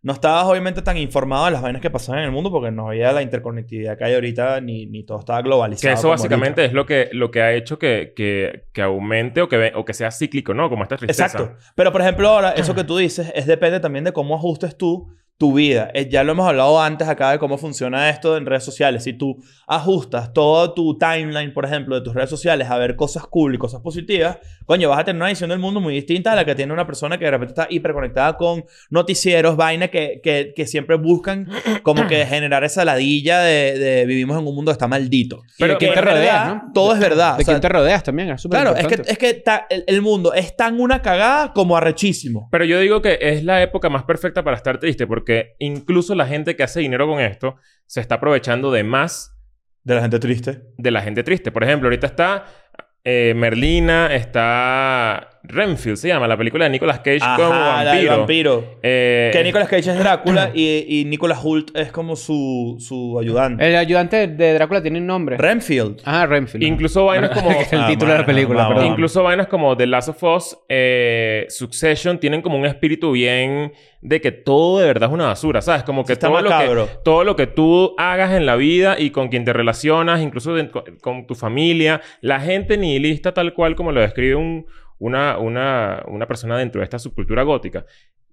no estabas obviamente tan informado de las vainas que pasaban en el mundo porque no había la interconectividad que hay ahorita ni, ni todo estaba globalizado. Que eso como básicamente ahorita. es lo que, lo que ha hecho que, que, que aumente o que, ve- o que sea cíclico, ¿no? Como esta tristeza. Exacto. Pero por ejemplo, ahora, eso que tú dices es depende también de cómo ajustes tú tu vida. Eh, ya lo hemos hablado antes acá de cómo funciona esto en redes sociales. Si tú ajustas todo tu timeline, por ejemplo, de tus redes sociales a ver cosas cool y cosas positivas, coño, vas a tener una visión del mundo muy distinta a la que tiene una persona que de repente está hiperconectada con noticieros, vainas que, que, que siempre buscan como que generar esa ladilla de, de vivimos en un mundo que está maldito. Pero Que quién te es verdad, rodeas, ¿no? Todo es verdad. De O sea, quién te rodeas también, es súper Claro, es que, importante. es que ta- el, el mundo es tan una cagada como arrechísimo. Pero yo digo que es la época más perfecta para estar triste porque incluso la gente que hace dinero con esto se está aprovechando de más De la gente triste. de la gente triste. Por ejemplo, ahorita está eh, Merlina, está Renfield, se llama la película de Nicolas Cage como Ajá, la del vampiro. vampiro. Eh, Que Nicolas Cage es Drácula y, y Nicolas Hoult es como su, su Eh. ayudante. El ayudante de Drácula tiene un nombre. Renfield. ah, Renfield. Incluso vainas como... Que es el Ah, título de mano, la película, vamos. perdón. Incluso vainas como The Last of Us, eh, Succession, tienen como un espíritu bien de que todo de verdad es una basura, ¿sabes? Como que, Está todo lo que, macabro. todo lo que tú hagas en la vida y con quien te relacionas, incluso de- con, con tu familia, la gente nihilista tal cual como lo describe un- una, una, una persona dentro de esta subcultura gótica.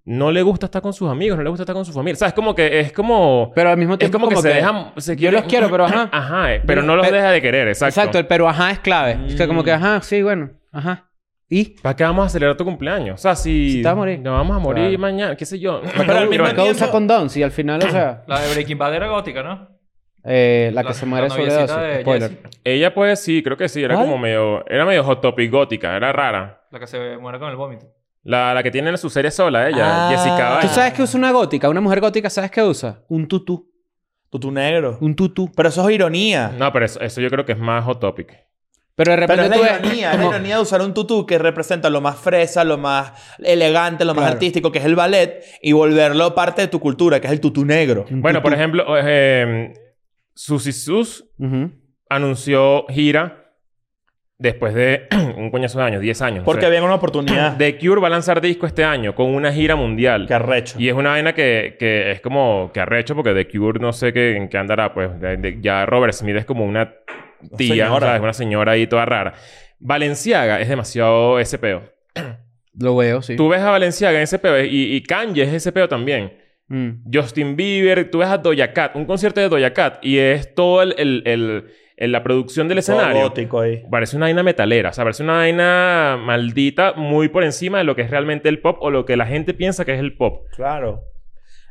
No le gusta estar con sus amigos, no le gusta estar con su familia. ¿Sabes? Como que es como... Pero al mismo es tiempo como, que, se dejan... se yo los quieren- quiero, pero ajá. Ajá, eh, pero no los Pero- deja de querer, Exacto. el pero ajá es clave. O sea, como que Mm. ajá, sí, bueno, ajá. ¿Y? ¿Para qué vamos a acelerar tu cumpleaños? O sea, si... Si te vas a morir. Nos vamos a morir Claro. mañana, qué sé yo. Pero al Pero mismo acá usa tiempo- condón, si al final, o sea, La de Breaking Bad era gótica, ¿no? eh, la que La- se muere la sobre noviecita dosis. de Spoiler. Jesse. Ella pues sí, creo que sí. Era ¿Cuál? como medio... Era medio hot topic gótica. Era rara. La que se muere con el vómito. La, la que tiene en su serie sola, ella. Ah. Jessica ¿Tú Biel. sabes qué usa una gótica? Una mujer gótica, ¿sabes qué usa? Un tutú. Tutu negro. Un tutú. Pero eso es ironía. No, pero eso, eso yo creo que es más hot topic. Pero de Pero repente es la tú ves ironía, es la como- ironía de usar un tutú que representa lo más fresa, lo más elegante, lo más Claro. artístico, que es el ballet, y volverlo parte de tu cultura, que es el tutú negro. un Bueno, por tutú. ejemplo, eh, Susi Sus Ujú. anunció gira después de un coñazo de años, 10 años. no Porque sé. había una oportunidad The Cure va a lanzar disco este año con una gira mundial. que arrecho. Y es una vaina que, que es como que arrecho porque The Cure no sé qué, en qué andará. Pues de- de- ya Robert Smith es como una tía, Señora. ¿sabes? Una señora ahí toda rara. Valenciaga es demasiado ese peo. Lo veo, sí. Tú ves a Valenciaga en ese peo y, y Kanye es ese peo también. Mm. Justin Bieber, tú ves a Doja Cat, un concierto de Doja Cat y es todo el, el- el- el- la producción del Todo escenario. gótico ahí. Parece una vaina metalera, o sea, parece una vaina maldita muy por encima de lo que es realmente el pop o lo que la gente piensa que es el pop. Claro.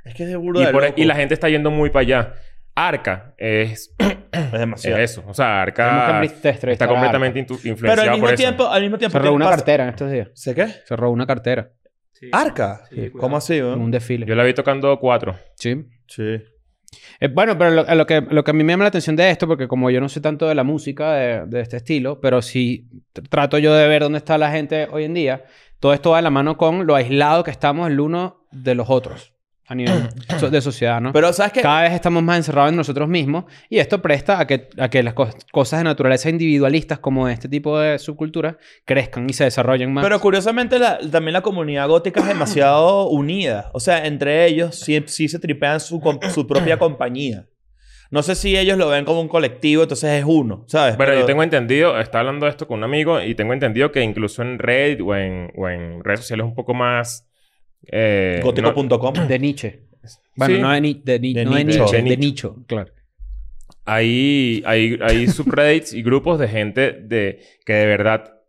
Es que es de burda Y, de por- e- loco. y la gente está yendo muy para allá. Arca es, Es es demasiado. eso. O sea, Tenemos que Arca entrevistar a Ah, está completamente intu- Pero influenciada al por mismo eso. tiempo, al mismo tiempo... Se robó ¿qué una pasa? cartera en estos días. ¿Se qué? Se robó una cartera Sí. ¿Arca? Sí, ¿Cómo cuidado. así, en weón? un desfile. Yo la he visto tocando cuatro. Sí. Sí. Eh, bueno, pero lo, a lo que, lo que a mí me llama la atención de esto, porque como yo no sé tanto de la música de, de este estilo, pero sí tr- trato yo de ver dónde está la gente hoy en día, todo esto va de la mano con lo aislado que estamos el uno de los otros a nivel so- de sociedad, ¿no? Pero sabes que Cada vez estamos más encerrados en nosotros mismos y esto presta a que, a que las cos- cosas de naturaleza individualistas como este tipo de subculturas crezcan y se desarrollen más. Pero curiosamente la- también la comunidad gótica es demasiado unida. O sea, entre ellos sí, sí se tripean su, com- su propia compañía. No sé si ellos lo ven como un colectivo, entonces es uno, ¿sabes? Bueno, yo tengo entendido, estaba hablando de esto con un amigo y tengo entendido que incluso en Reddit o en, o en redes sociales un poco más... Eh, no- Gótico.com. de Nietzsche. Bueno, Sí. no de, ni- de, ni- De no de nicho. Nietzsche, De de nicho. nicho, claro. hay, hay, hay subreddits y grupos de gente de, que de verdad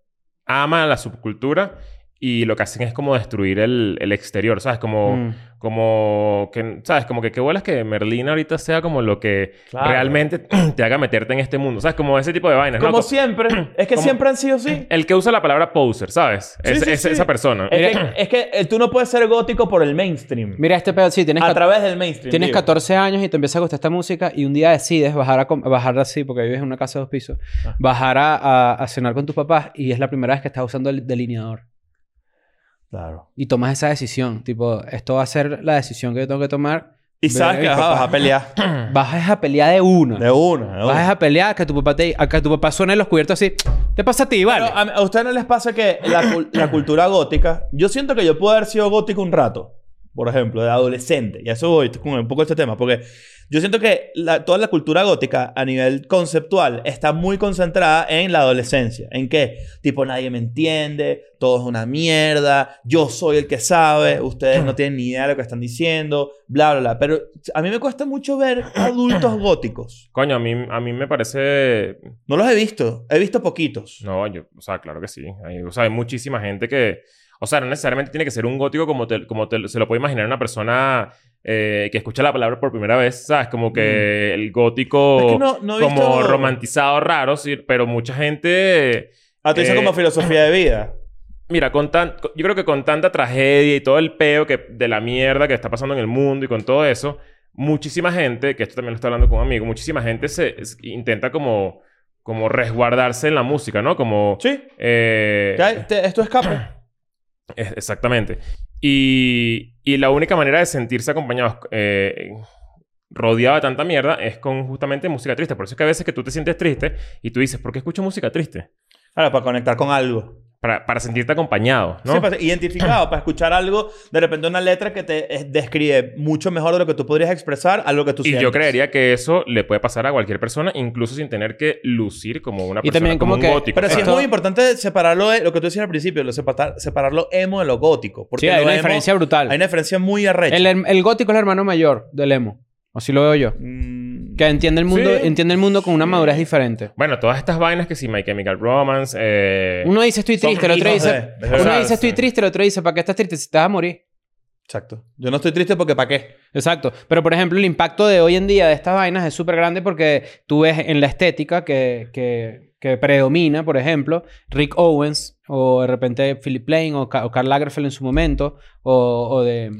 ama la subcultura y lo que hacen es como destruir el, el exterior, ¿sabes? Como, Mm. como que, ¿sabes? Como que qué bolas que Merlín ahorita sea como lo que Claro. realmente te haga meterte en este mundo, ¿sabes? Como ese tipo de vainas, ¿no? Como Co- siempre. Es que Como- siempre han sido así. El que usa la palabra poser, ¿sabes? Sí, es, sí, es- sí. Esa persona. Es que, es que eh, tú no puedes ser gótico por el mainstream. Mira este pedo, sí, tienes a cat- través del mainstream. Tienes digo. 14 años y te empieza a gustar esta música y un día decides bajar a com- bajar así, porque vives en una casa de dos pisos, Ah. bajar a, a- a cenar con tus papás y es la primera vez que estás usando el delineador. Claro. Y tomas esa decisión, tipo, esto va a ser la decisión que yo tengo que tomar. Y sabes Verga, que mi ajá, papá. vas a pelear. Bajas a pelear de una. De una. de una. Bajas a pelear a que tu papá te, a que tu papá suene en los cubiertos así. Te pasa a ti, vale. Pero a, a ustedes no les pasa que la, cul- la cultura gótica, yo siento que yo puedo haber sido gótico un rato, por ejemplo, de adolescente, y a eso voy con un poco este tema, porque yo siento que la- toda la cultura gótica a nivel conceptual está muy concentrada en la adolescencia, en que tipo nadie me entiende, todo es una mierda, yo soy el que sabe, ustedes no tienen ni idea de lo que están diciendo, bla, bla, bla, pero a mí me cuesta mucho ver adultos góticos, Coño, a mí, a mí me parece... no los he visto, he visto poquitos. No, yo, o sea, claro que sí. Hay, o sea, hay muchísima gente que, o sea, no necesariamente tiene que ser un gótico como, te- como te- se lo puede imaginar una persona eh, que escucha la palabra por primera vez, ¿sabes? Como que el gótico Mm. Es que no- no he como visto- romantizado, raro, sí, pero mucha gente, Ah, tú dices Eh, como filosofía de vida. mira, con tan, yo creo que con tanta tragedia y todo el peo que, de la mierda que está pasando en el mundo y con todo eso, muchísima gente, que esto también lo está hablando con un amigo, muchísima gente se, es- intenta como, como resguardarse en la música, ¿no? Como... Sí. eh, Ya, te- esto escape. Es- Exactamente. Y, y la única manera de sentirse acompañados, eh, rodeado de tanta mierda, es con justamente música triste. Por eso es que a veces que tú te sientes triste y tú dices, ¿por qué escucho música triste? Claro, para conectar con algo. Para, para sentirte acompañado, ¿no? Sí, para ser identificado, para escuchar algo, de repente una letra que te eh, describe mucho mejor de lo que tú podrías expresar a lo que tú y sientes. yo creería que eso le puede pasar a cualquier persona, incluso sin tener que lucir como una Y persona también como un que- gótico. Pero sí es Esto- muy importante separarlo de lo que tú decías al principio, lo separa- separar lo emo de lo gótico. Porque sí, hay lo una emo- diferencia brutal. Hay una diferencia muy arrecha. El, er- herm- el gótico es el hermano mayor del emo. Así lo veo yo. Mm, Que entiende el mundo, Sí. entiende el mundo con una madurez diferente. Bueno, todas estas vainas que sí, My Chemical Romance, eh, Uno dice estoy Son triste, el otro hijos dice, de- de uno verdad, dice estoy sí. triste, el otro dice ¿para qué estás triste si te vas a morir? Exacto. Yo no estoy triste porque ¿para qué? Exacto. Pero, por ejemplo, el impacto de hoy en día de estas vainas es súper grande porque tú ves en la estética que, que, que predomina, por ejemplo, Rick Owens o de repente Philip Lane o, Ca- o Karl Lagerfeld en su momento o, o de,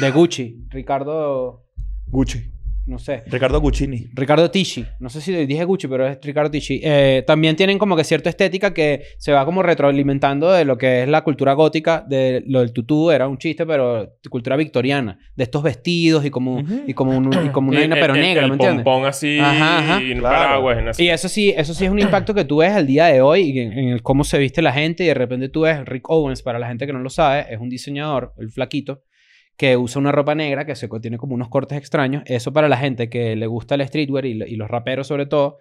de Gucci. Ricardo, Gucci. no sé. Ricardo Guccini. Ricardo Tisci. No sé si dije Gucci, pero es Ricardo Tisci. Eh, también tienen como que cierta estética que se va como retroalimentando de lo que es la cultura gótica, de lo del tutú, era un chiste, pero cultura victoriana, de estos vestidos y como, Ujú. y como, un- y como una y vaina el- pero el- negra, el ¿me entiendes? pompón así, Ajá, ajá. y un Claro. paraguas, y no sé. Y eso sí, eso sí es un impacto que tú ves al día de hoy y en, en el cómo se viste la gente y de repente tú ves Rick Owens, para la gente que no lo sabe, es un diseñador, el flaquito, que usa una ropa negra que se co- tiene como unos cortes extraños. Eso para la gente que le gusta el streetwear y, lo- y los raperos sobre todo,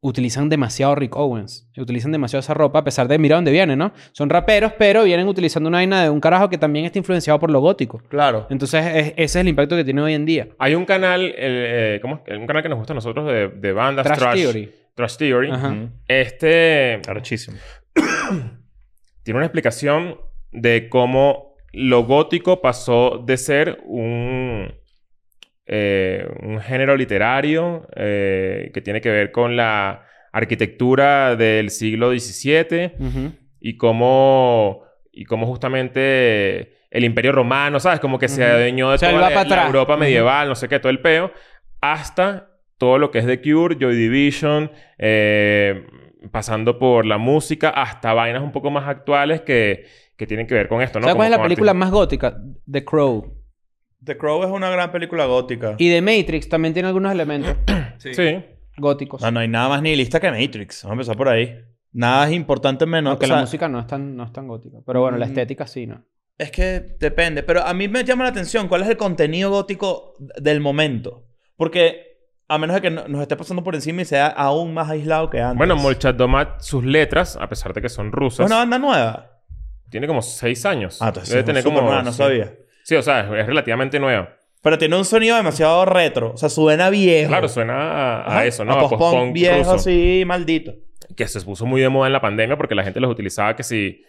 utilizan demasiado Rick Owens. Utilizan demasiado esa ropa a pesar de mira dónde vienen, ¿no? Son raperos, pero vienen utilizando una vaina de un carajo que también está influenciado por lo gótico. Claro. Entonces es- ese es el impacto que tiene hoy en día. Hay un canal, el, eh, ¿cómo es? un canal que nos gusta a nosotros de, de bandas, Trash Trash, Theory. Trash Theory. Ajá. Mm. Este Arrechísimo. tiene una explicación de cómo lo gótico pasó de ser un, eh, un género literario eh, que tiene que ver con la arquitectura del siglo XVII Ujú. y cómo, y cómo justamente el imperio romano, ¿sabes? Como que se Ujú. adueñó de O sea, él toda va la, para la atrás. Europa Ujú. medieval, no sé qué, todo el peo, hasta todo lo que es The Cure, Joy Division, eh, pasando por la música, hasta vainas un poco más actuales que, que tienen que ver con esto, ¿no? ¿Sabes Como- cuál es la como película artistas. más gótica? The Crow. The Crow es una gran película gótica. Y The Matrix también tiene algunos elementos Sí. Sí. góticos. No, no hay nada más nihilista que Matrix. Vamos a empezar por ahí. Nada es importante menos. Aunque o sea, la música no es, tan, no es tan gótica. Pero bueno, la Mm. estética sí, ¿no? Es que depende. Pero a mí me llama la atención cuál es el contenido gótico del momento. Porque a menos de que no- nos esté pasando por encima y sea aún más aislado que antes. Bueno, Molchat-Domat, sus letras, a pesar de que son Es rusas, una banda nueva. tiene como seis años. Ah, entonces Debe es tener súper como... nueva, no sí. sabía. Sí, o sea, es relativamente nueva. Pero tiene un sonido demasiado retro. O sea, suena viejo. Claro, suena a- a, Ajá, eso, ¿no? A post-punk post-punk viejo ruso. así, maldito. que se puso muy de moda en la pandemia porque la gente los utilizaba que si...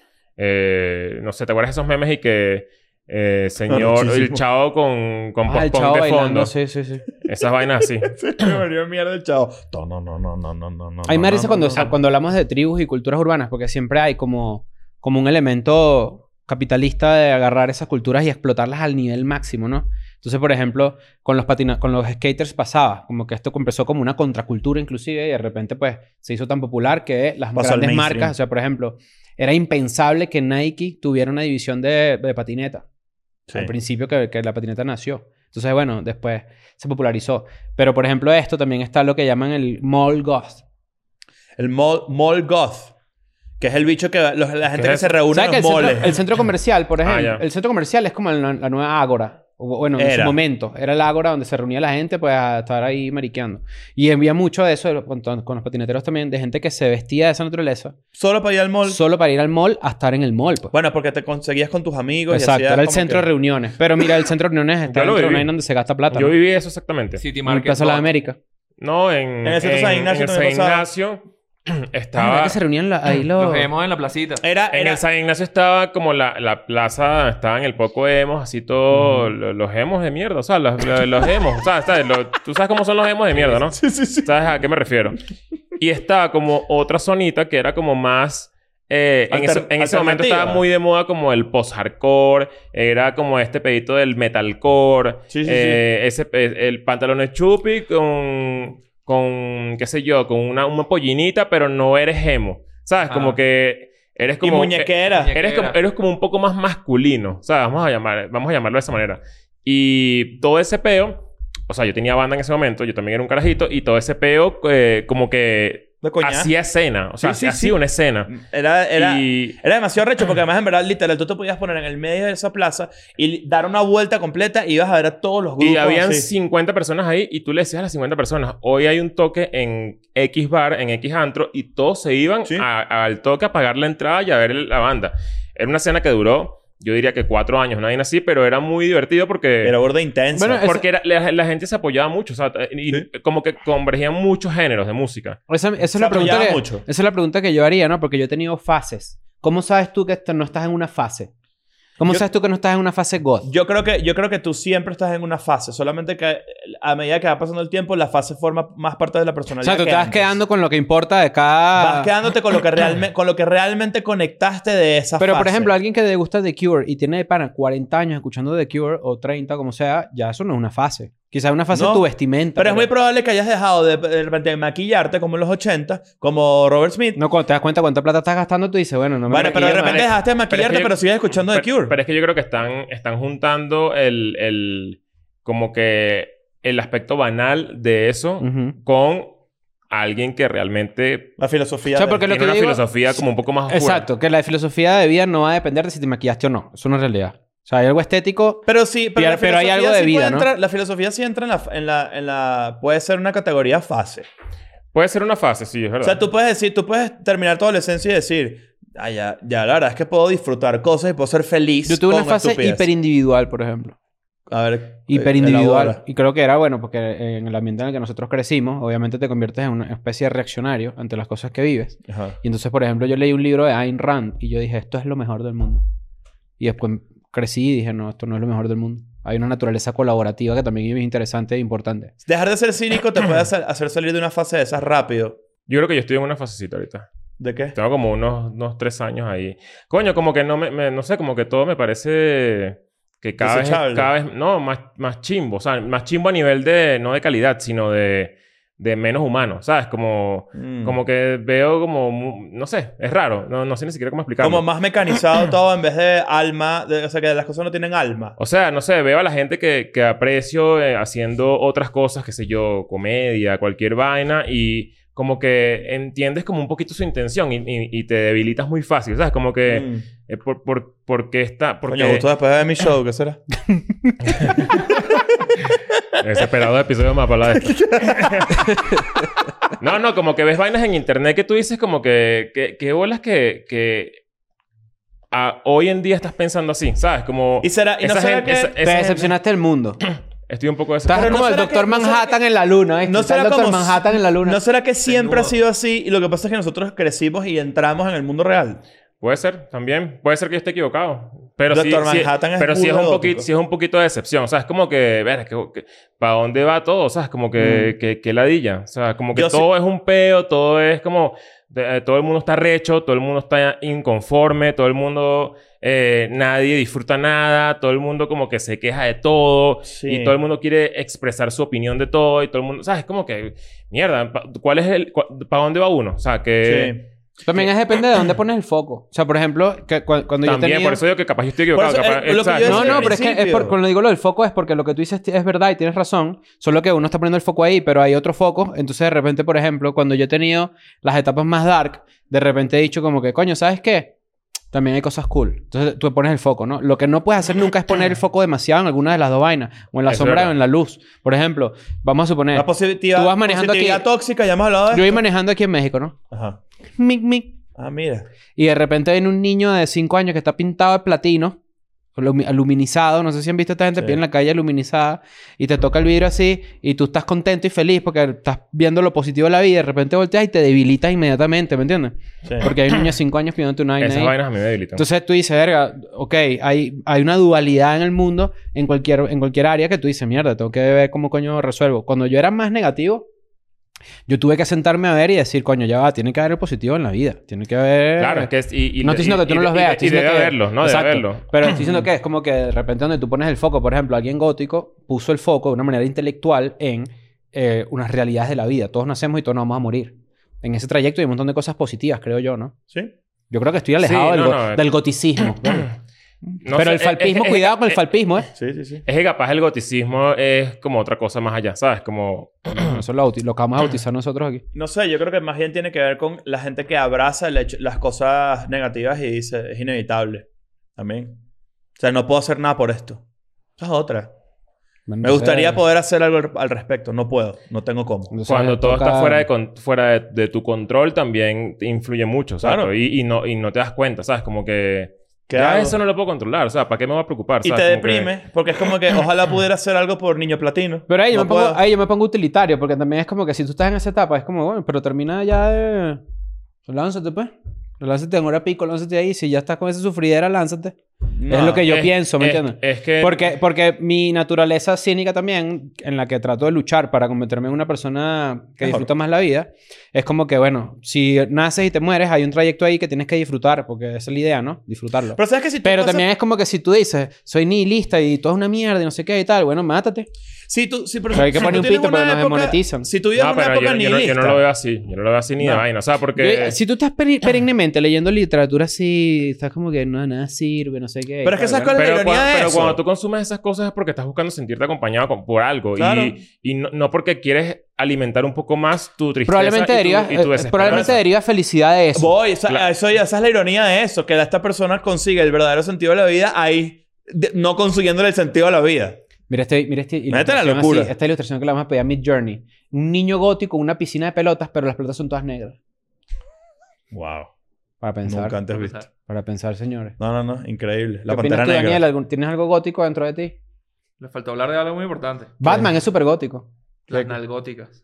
eh, no sé, ¿te acuerdas de esos memes y que... Ah, eh, señor, Arrechísimo. el chavo con, con Ah, el post-punk chavo de fondo. bailando. Sí, sí, sí. Esas vainas así. Se me volvió mierda el chavo. No, no, no, no, no, no, no, no. A mí me no, parece no, cuando, no, sa- no. cuando hablamos de tribus y culturas urbanas, porque siempre hay como, como un elemento capitalista de agarrar esas culturas y explotarlas al nivel máximo, ¿no? Entonces, por ejemplo, con los, patina con los skaters pasaba, como que esto empezó como una contracultura inclusive y de repente pues se hizo tan popular que las Pasó al grandes mainstream. marcas, o sea, por ejemplo, era impensable que Nike tuviera una división de, de patineta Sí. al principio que, que la patineta nació. Entonces, bueno, después se popularizó. Pero, por ejemplo, esto también está lo que llaman el mall goth. El mall, mall goth. Que es el bicho que... los- la gente ¿Qué que es se eso? reúne ¿Sabes en que el los centro, el moles. centro comercial, por Ah, ejemplo? ya. el centro comercial es como la, la nueva Ágora. O, Bueno, en su Era. momento. Era la Ágora donde se reunía la gente pues a estar ahí mariqueando. Y había mucho de eso de lo- con, con los patineteros también, de gente que se vestía de esa naturaleza Solo para ir al mall. solo para ir al mall a estar en el mall. Pues. Bueno, porque te conseguías con tus amigos y Exacto, hacías era el como centro que- de reuniones. Pero mira, el centro de reuniones está Yo lo dentro de una viví. vaina donde se gasta plata. Yo ¿no? viví eso exactamente. City En el Market. Plaza de las Bot. Américas. No, en... En el centro San Ignacio en el también San pasaba. Ignacio Ah, ¿verdad estaba... que se reunían la- ahí los... Nos vemos en la placita. Eh, Era, En era- el San Ignacio estaba como la, la plaza, estaban el poco hemos, así todo, lo- los hemos de mierda, o sea, los, lo- los hemos, o sea, ¿sabes? Lo- tú sabes cómo son los hemos de mierda, ¿no? Sí, sí, sí. ¿Sabes a qué me refiero? Y estaba como otra zonita que era como más... eh, en, Alter- ese, en ese momento alternativa. estaba muy de moda como el post-hardcore, era como este pedito del metalcore, Sí, sí, eh, Ese, eh, el pantalón de chupi con, con, qué sé yo, con una, una pollinita, pero no eres emo, ¿sabes? Ah. Como que eres Y como... muñequera. eh, Eres como, eres como un poco más masculino. O sea, vamos a, llamar, vamos a llamarlo de esa manera. Y todo ese peo... O sea, yo tenía banda en ese momento. Yo también era un carajito. Y todo ese peo eh, como que de coña. hacía escena. O sea, Sí, sí, hacía sí. una escena. Era, era, Y... era demasiado recho porque además, en verdad, literal, tú te podías poner en el medio de esa plaza y li- dar una vuelta completa y ibas a ver a todos los grupos. Y habían así. 50 personas ahí y tú le decías a las 50 personas, hoy hay un toque en X bar, en X antro, y todos se iban Sí. a- al toque a pagar la entrada y a ver el- la banda. Era una escena que duró, yo diría que cuatro años, nadie así, pero era muy divertido porque... Era gorda intensa. Bueno, Porque era- la, la gente se apoyaba mucho, o sea, y Sí. como que convergían muchos géneros de música. Esa, esa es Se la pregunta apoyaba que, mucho. Esa es la pregunta que yo haría, ¿no? Porque yo he tenido fases. ¿Cómo sabes tú que esto- no estás en una fase? ¿Cómo Yo- sabes tú que no estás en una fase goth? Yo creo, que, yo creo que tú siempre estás en una fase, solamente que eh, a medida que va pasando el tiempo, la fase forma más parte de la o personalidad. sea, tú que te vas antes. quedando con lo que importa de cada... Vas quedándote con lo, que realme- con lo que realmente conectaste de esa Pero, por fase. ejemplo, alguien que le gusta The Cure y tiene de pana 40 años escuchando The Cure o 30, como sea, ya eso no es una fase. Quizás una fase No, es tu vestimenta. Pero es muy probable que hayas dejado de, de repente de maquillarte como en los 80, como Robert Smith. No, cuando te das cuenta cuánta plata estás gastando, tú dices, bueno, no me bueno, pero de maquillo, repente marico. dejaste de maquillarte, pero, yo- sigues escuchando Pero, The Cure. pero es que yo creo que están, están juntando el, el- como que el aspecto banal de eso Ujú. con alguien que realmente la filosofía. O sea, de- porque lo que tiene una digo- filosofía como un poco más oscura. Exacto, que la filosofía de vida no va a depender de si te maquillaste o no. Eso no es realidad. O sea, hay algo estético. Pero sí, pero, la Pero hay filosofía algo de sí puede vida, ¿no? entrar- La filosofía sí entra en la, en la, en la- Puede ser una categoría fase. Puede ser una fase, sí, es O verdad. sea, tú puedes decir, tú puedes terminar tu adolescencia y decir, ah, ya, ya, la verdad es que puedo disfrutar cosas y puedo ser feliz. Yo tuve una con fase estupidez". hiperindividual, por ejemplo. A ver. hiperindividual. Eh, elabora. Y creo que era bueno porque eh, en el ambiente en el que nosotros crecimos, obviamente te conviertes en una especie de reaccionario ante las cosas que vives. Ajá. Y entonces, por ejemplo, yo leí un libro de Ayn Rand y yo dije, esto es lo mejor del mundo. Y después crecí y dije, no, esto no es lo mejor del mundo. Hay una naturaleza colaborativa que también es interesante e importante. Dejar de ser cínico te puede hacer, hacer salir de una fase de esas rápido. Yo creo que yo estoy en una fasecita ahorita. ¿De qué? Tengo como unos, unos tres años ahí. Coño, como que no me, me- No sé, como que todo me parece... Que cada vez, Desechable. cada vez, no, más, más chimbo. O sea, más chimbo a nivel de, no de calidad, sino de, de menos humano, ¿sabes? Como, Mm. como que veo como, mu- no sé, es raro. No, no sé ni siquiera cómo explicarlo. Como más mecanizado todo en vez de alma. de- o sea, que las cosas no tienen alma. O sea, no sé, veo a la gente que, que aprecio eh, haciendo otras cosas, qué sé yo, comedia, cualquier vaina, y como que entiendes como un poquito su intención y, y- y te debilitas muy fácil, ¿sabes? Como que, Mm. eh, por, por, porque está, porque Coño, justo después de mi show, ¿qué será? Desesperado episodio más para hablar de esto. no, no, como que ves vainas en internet que tú dices como que... que, que bolas que... que ah, hoy en día estás pensando así, ¿sabes? Como... Y será, y no esa será gente- que- esa- Te esa gente- decepcionaste del mundo. Estoy un poco Estás decepcionado. Pero como el no será Doctor que- no será Manhattan en la luna. ¿eh? No Está el será Doctor como- Manhattan en la luna. ¿No será que siempre Desnudo. ha sido así? Y lo que pasa es que nosotros crecimos y entramos en el mundo real. Puede ser, también. Puede ser que yo esté equivocado. Pero sí, Doctor sí- Manhattan es pero sí es burda un poquito, gótico. sí es un poquito de decepción. O sea, es como que, ver, que, ¿para dónde va todo? O sea, es como que, que, que ladilla. O sea, como que Mm. Yo sí- todo es un peo, todo es como, de- eh, todo el mundo está recho, todo el mundo está inconforme, todo el mundo, eh, nadie disfruta nada, todo el mundo como que se queja de todo. Sí. Y todo el mundo quiere expresar su opinión de todo y todo el mundo, ¿sabes? Como que, mierda, pa- ¿cuál es el, para dónde va uno? O sea, que... Sí. También es depende de dónde pones el foco. O sea, por ejemplo, que cu- cuando yo También, tenía... por eso digo que capaz yo estoy equivocado. Por eso, eh, lo capaz- que yo exacto. decía No, al no, pero es que principio. es por- cuando digo lo del foco es porque lo que tú dices es verdad y tienes razón. Solo que uno está poniendo el foco ahí, pero hay otro foco. Entonces, de repente, por ejemplo, cuando yo he tenido las etapas más dark, de repente he dicho como que, coño, ¿sabes qué? También hay cosas cool. Entonces tú pones el foco, ¿no? Lo que no puedes hacer nunca es poner el foco demasiado en alguna de las dos vainas. O en la Es sombra verdad. o en la luz. Por ejemplo, vamos a suponer... La positiva, Tú vas manejando positividad aquí- tóxica, ya hemos hablado de Eh. Yo voy esto. manejando aquí en México, ¿no? Ajá. Mic, mic. Ah, mira. Y de repente viene un niño de 5 años que está pintado de platino, lumi- aluminizado. No sé si han visto a esta gente Sí. pide en la calle aluminizada. Y te toca el vidrio así. Y tú estás contento y feliz porque estás viendo lo positivo de la vida. Y de repente volteas y te debilitas inmediatamente, ¿me entiendes? Sí. Porque hay un niño de 5 años pidiéndote una vaina Esas ahí. vainas a mí me debilitan. Entonces tú dices, verga, ok, hay, hay una dualidad en el mundo en cualquier, en cualquier área que tú dices, mierda, tengo que ver cómo coño resuelvo. Cuando yo era más negativo, yo tuve que sentarme a ver y decir, coño, ya va, tiene que haber el positivo en la vida. Tiene que haber. claro, es que es... Y, y- no estoy diciendo y- que tú no y- los y- veas. Y, estoy debe diciendo que- haberlos, ¿no? Debe Exacto. haberlos. Pero estoy diciendo que es como que de repente donde tú pones el foco, por ejemplo, alguien gótico puso el foco de una manera intelectual en eh, unas realidades de la vida. Todos nacemos y todos nos vamos a morir. En ese trayecto hay un montón de cosas positivas, creo yo, ¿no? Sí. Yo creo que estoy alejado Sí, del, no, go- no. eh. del goticismo. No Pero sé, eh, el falpismo, es- es- cuidado con el es- falpismo, ¿eh? Sí, sí, sí. Es que capaz el goticismo es como otra cosa más allá, ¿sabes? Como... Eso lo, bauti- lo acabamos de bautizar nosotros aquí. No sé, yo creo que más bien tiene que ver con la gente que abraza el hecho- las cosas negativas y dice, es inevitable. También. O sea, no puedo hacer nada por esto. Esa es otra. Bueno, Me entonces- gustaría poder hacer algo al- al respecto. No puedo. No tengo cómo. entonces Cuando todo toca- está fuera, de, con- fuera de, de tu control también te influye mucho, ¿sabes? Claro. Y, y no, y no te das cuenta, ¿sabes? Como que... ¿Qué ya hago? eso no lo puedo controlar. O sea, ¿para qué me voy a preocupar? Y ¿sabes? te Como que- deprime porque es como que ojalá pudiera hacer algo por niño platino. Pero ahí, yo No me pongo, puedo. ahí yo me pongo utilitario, porque también es como que si tú estás en esa etapa, es como, bueno, pero termina ya de. Lánzate, pues. Lánzate en hora pico, lánzate ahí. Si ya estás con esa sufridera, lánzate. No. es lo que yo Es- pienso, ¿me es- entiendes? Es que... Porque, porque mi naturaleza cínica también, en la que trato de luchar para convertirme en una persona que Mejor. disfruta más la vida, es como que, bueno, si naces y te mueres, hay un trayecto ahí que tienes que disfrutar, porque esa es la idea, ¿no? Disfrutarlo. Pero, Pero sabes que si tú pasas- también es como que si tú dices, soy nihilista y todo es una mierda y no sé qué y tal, bueno, mátate. Si tú, si, Pero hay que si poner tú un tienes pito una porque nos época- desmonetizan. Si tú vives No, una pero época yo, yo no, yo no nihilista, lo veo así. Yo no lo veo así ni de No. vaina. O sea, Yo- eh, porque... si tú estás peri- perennemente leyendo literatura así, estás como que no, nada sirve, no sé qué. y Pero es tal, que esas cosas- ¿Cuál es la pero, ironía cuando, de pero eso? cuando tú consumes esas cosas es porque estás buscando sentirte acompañado con- por algo. Claro. Y, y no, no porque quieres alimentar un poco más tu tristeza Probablemente y tu, deriva, y tu eh, desesperanza. probablemente deriva felicidad de eso. Voy, esa, Claro. eso, esa es la ironía de eso, que esta persona consigue el verdadero sentido de la vida ahí, de- no consiguiéndole el sentido de la vida. Mira este, mira este Mira, esta es la ilustración locura. así, esta ilustración que la vamos a pedir a Mid Journey. Un niño gótico, una piscina de pelotas, pero las pelotas son todas negras. Wow. Para pensar, Nunca antes Para visto. pensar. para pensar, señores. No, no, no, increíble. La ¿Qué opinas pantera tú, negra. Daniel? ¿Algún- ¿Tienes algo gótico dentro de ti? Le faltó hablar de algo muy importante. Batman es súper gótico. Las nalgóticas.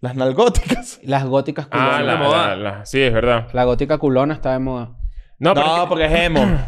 Las nalgóticas. Las góticas culonas. Ah, la, Como va. la- la- sí, es verdad. La gótica culona está de moda. No, pero, No, porque es emo. No,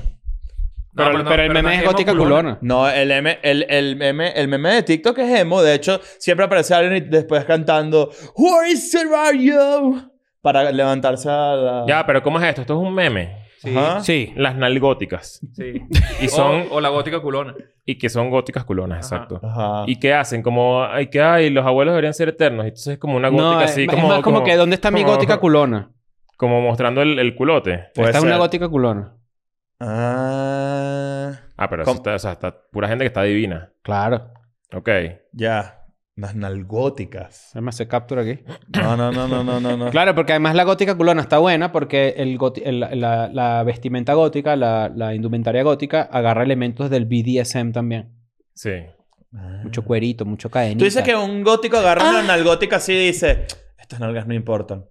Pero, no, pero el pero meme no es emo gótica culona. culona. No, el, meme- el, el, meme, el meme de TikTok es emo. De hecho, siempre aparece alguien y después cantando Where is the radio? Para levantarse a la... ya, pero ¿cómo es esto? Esto es un meme. Sí. Ajá. Sí. Las nalgóticas. Sí. Y O- son... O, la gótica culona. Y que son góticas culonas, Ajá. exacto. Oh. Ajá. Y que hacen como... Ay, que ay, los abuelos deberían ser eternos. Y entonces es como una gótica No, es, así es como... más como, que ¿dónde está mi como- gótica culona? Como mostrando el, el culote. Puede Esta es una ser. gótica culona. Ah, Ah, pero eso Com- está, o sea, está pura gente que está divina. Claro. Ok. ya. Las nalgóticas. Además se captura aquí. No, no, no, no, no, no. no. Claro, porque además la gótica culona está buena porque el goti- el- la, la vestimenta gótica, la, la indumentaria gótica, agarra elementos del BDSM también. Sí. Ah. Mucho cuerito, mucho cadenita. Tú dices que un gótico agarra Ah. una nalgótica así y dice: Estas nalgas no importan.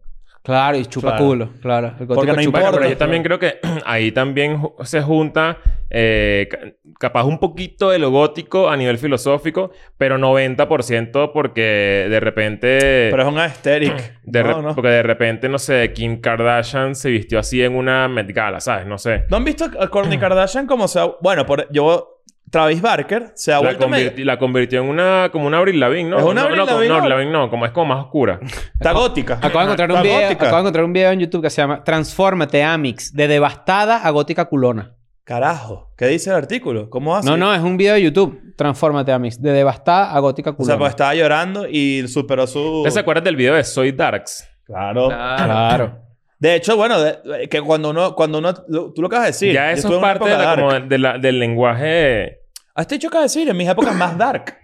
Claro, y chupa Claro. culo. Claro. El gótico Porque no chupa importa. Bueno, culo. pero yo también creo que ahí también ju- se junta eh, ca- capaz un poquito de lo gótico a nivel filosófico, pero 90% porque de repente... Pero es un aesthetic. Eh, de re- no, no. Porque de repente, no sé, Kim Kardashian se vistió así en una Met Gala, ¿sabes? No sé. ¿No han visto a Kourtney Kardashian como se ha... Bueno, por... yo... Travis Barker se ha La, vuelto medio... convirti- la convirtió en una... Como una Avril Lavigne, ¿no? Es una no, Avril no, como- Lavigne, no, ¿no? Avril Lavigne no. Como es como más oscura. Está gótica. Acabo de, encontrar un Está video, gótica. acabo de encontrar un video en YouTube que se llama Transfórmate Amix, de devastada a gótica culona. Carajo. ¿Qué dice el artículo? ¿Cómo hace? No, no, es un video de YouTube. Transfórmate Amix, de devastada a gótica O culona. sea, pues estaba llorando y superó su... ¿Te acuerdas del video de Soy Darks? Claro. Claro. Claro. De hecho, bueno, de- que cuando uno... Cuando uno lo- tú lo acabas de decir. ya Yo eso estuve es en una parte de época la- dark. como de la- del lenguaje... Ah, este hecho acaba de decir. En mis épocas más dark.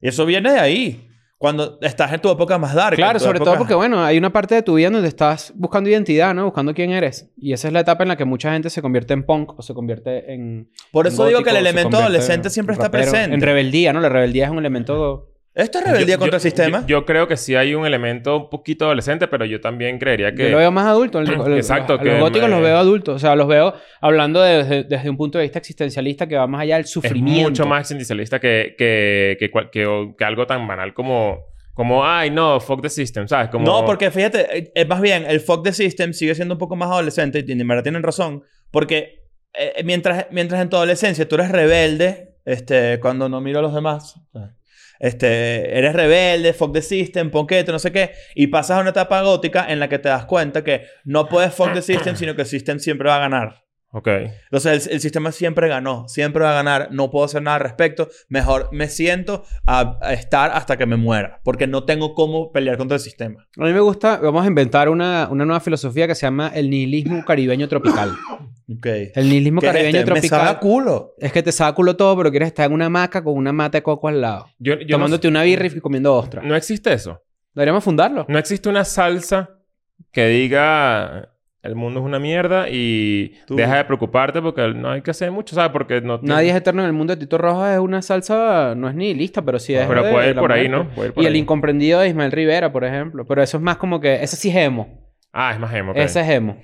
Y eso viene de ahí. Cuando estás en tu época más dark. Claro, en tu sobre época- todo porque, bueno, hay una parte de tu vida en donde estás buscando identidad, ¿no? Buscando quién eres. Y esa es la etapa en la que mucha gente se convierte en punk o se convierte en... Por en eso digo que gótico, o el se elemento convierte adolescente en siempre está rapero. presente. En rebeldía, ¿no? La rebeldía es un elemento... Esto es rebeldía Yo- contra yo- el sistema. Yo, yo creo que sí hay un elemento un poquito adolescente, pero yo también creería que. Yo lo veo más adulto. El- el- Exacto, a- a que los góticos me- los veo adultos. O sea, los veo hablando de- desde, desde un punto de vista existencialista que va más allá del es sufrimiento. mucho más existencialista que, que, que, cual- que- o- que algo tan banal como. Como, ay, no, fuck the system, ¿sabes? Como, No, porque fíjate, eh, eh, más bien, el fuck the system sigue siendo un poco más adolescente y tienen- en verdad tienen razón, porque eh, mientras, mientras en tu adolescencia tú eres rebelde, este, cuando no miro a los demás, este, eres rebelde, fuck the system, ponquete, no sé qué, y pasas a una etapa gótica en la que te das cuenta que no puedes fuck the system, sino que el system siempre va a ganar. Ok. Entonces el, el sistema siempre ganó, siempre va a ganar, no puedo hacer nada al respecto, mejor me siento a, a estar hasta que me muera, porque no tengo cómo pelear contra el sistema. A mí me gusta... Vamos a inventar una, una nueva filosofía que se llama el nihilismo caribeño tropical. Ok. El nihilismo ¿Qué es caribeño este? Me sabe tropical... a culo. Es que te saca culo todo, pero quieres estar en una hamaca con una mata de coco al lado. Yo, yo no, Mm. tomándote una birra y comiendo ostras. no existe eso. Deberíamos fundarlo. No existe una salsa que diga. El mundo es una mierda y Tú. deja de preocuparte porque no hay que hacer mucho, ¿sabes? Porque no. tiene- Nadie es eterno en el mundo de Tito Rojas. Es una salsa... No es nihilista, pero sí es... Pero de puede ir la por ahí, muerte. ¿no? Puede ir por Y el ahí. incomprendido de Ismael Rivera, por ejemplo. Pero eso es más como que... Ese sí es emo. Ah, es más emo. ok. Eh, Ese es emo.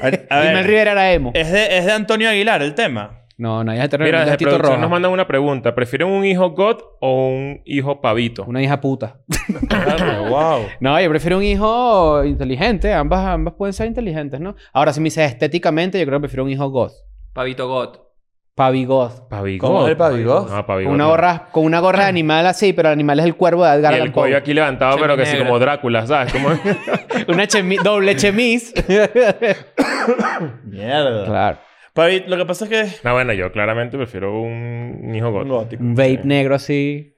A ver, a Ismael ver, Rivera era emo. es, de, es de Antonio Aguilar el tema. No, nadie es eterno en Mira, el mundo desde de Tito producción Rojas. nos mandan una pregunta. ¿Prefieren un hijo God o un hijo pavito? Una hija puta. wow. No, yo prefiero un hijo inteligente. Ambas, ambas pueden ser inteligentes, ¿no? Ahora, si me dices estéticamente, yo creo que prefiero un hijo goth. Pavito Got. Pavi goth. Pavigón. ¿Cómo es el pavigón? No, pavigón. Con una, no. gorra, con una gorra de animal así, pero el animal es el cuervo de Edgar Y Allan el Poe. cuello aquí levantado, pero que sí, Cheminegra. como Drácula, ¿sabes? Como... Una chemi- doble chemis. Mierda. claro. Pero y- lo que pasa es que... no, bueno, yo claramente prefiero un hijo Un gótico. gótico. Un vape negro así.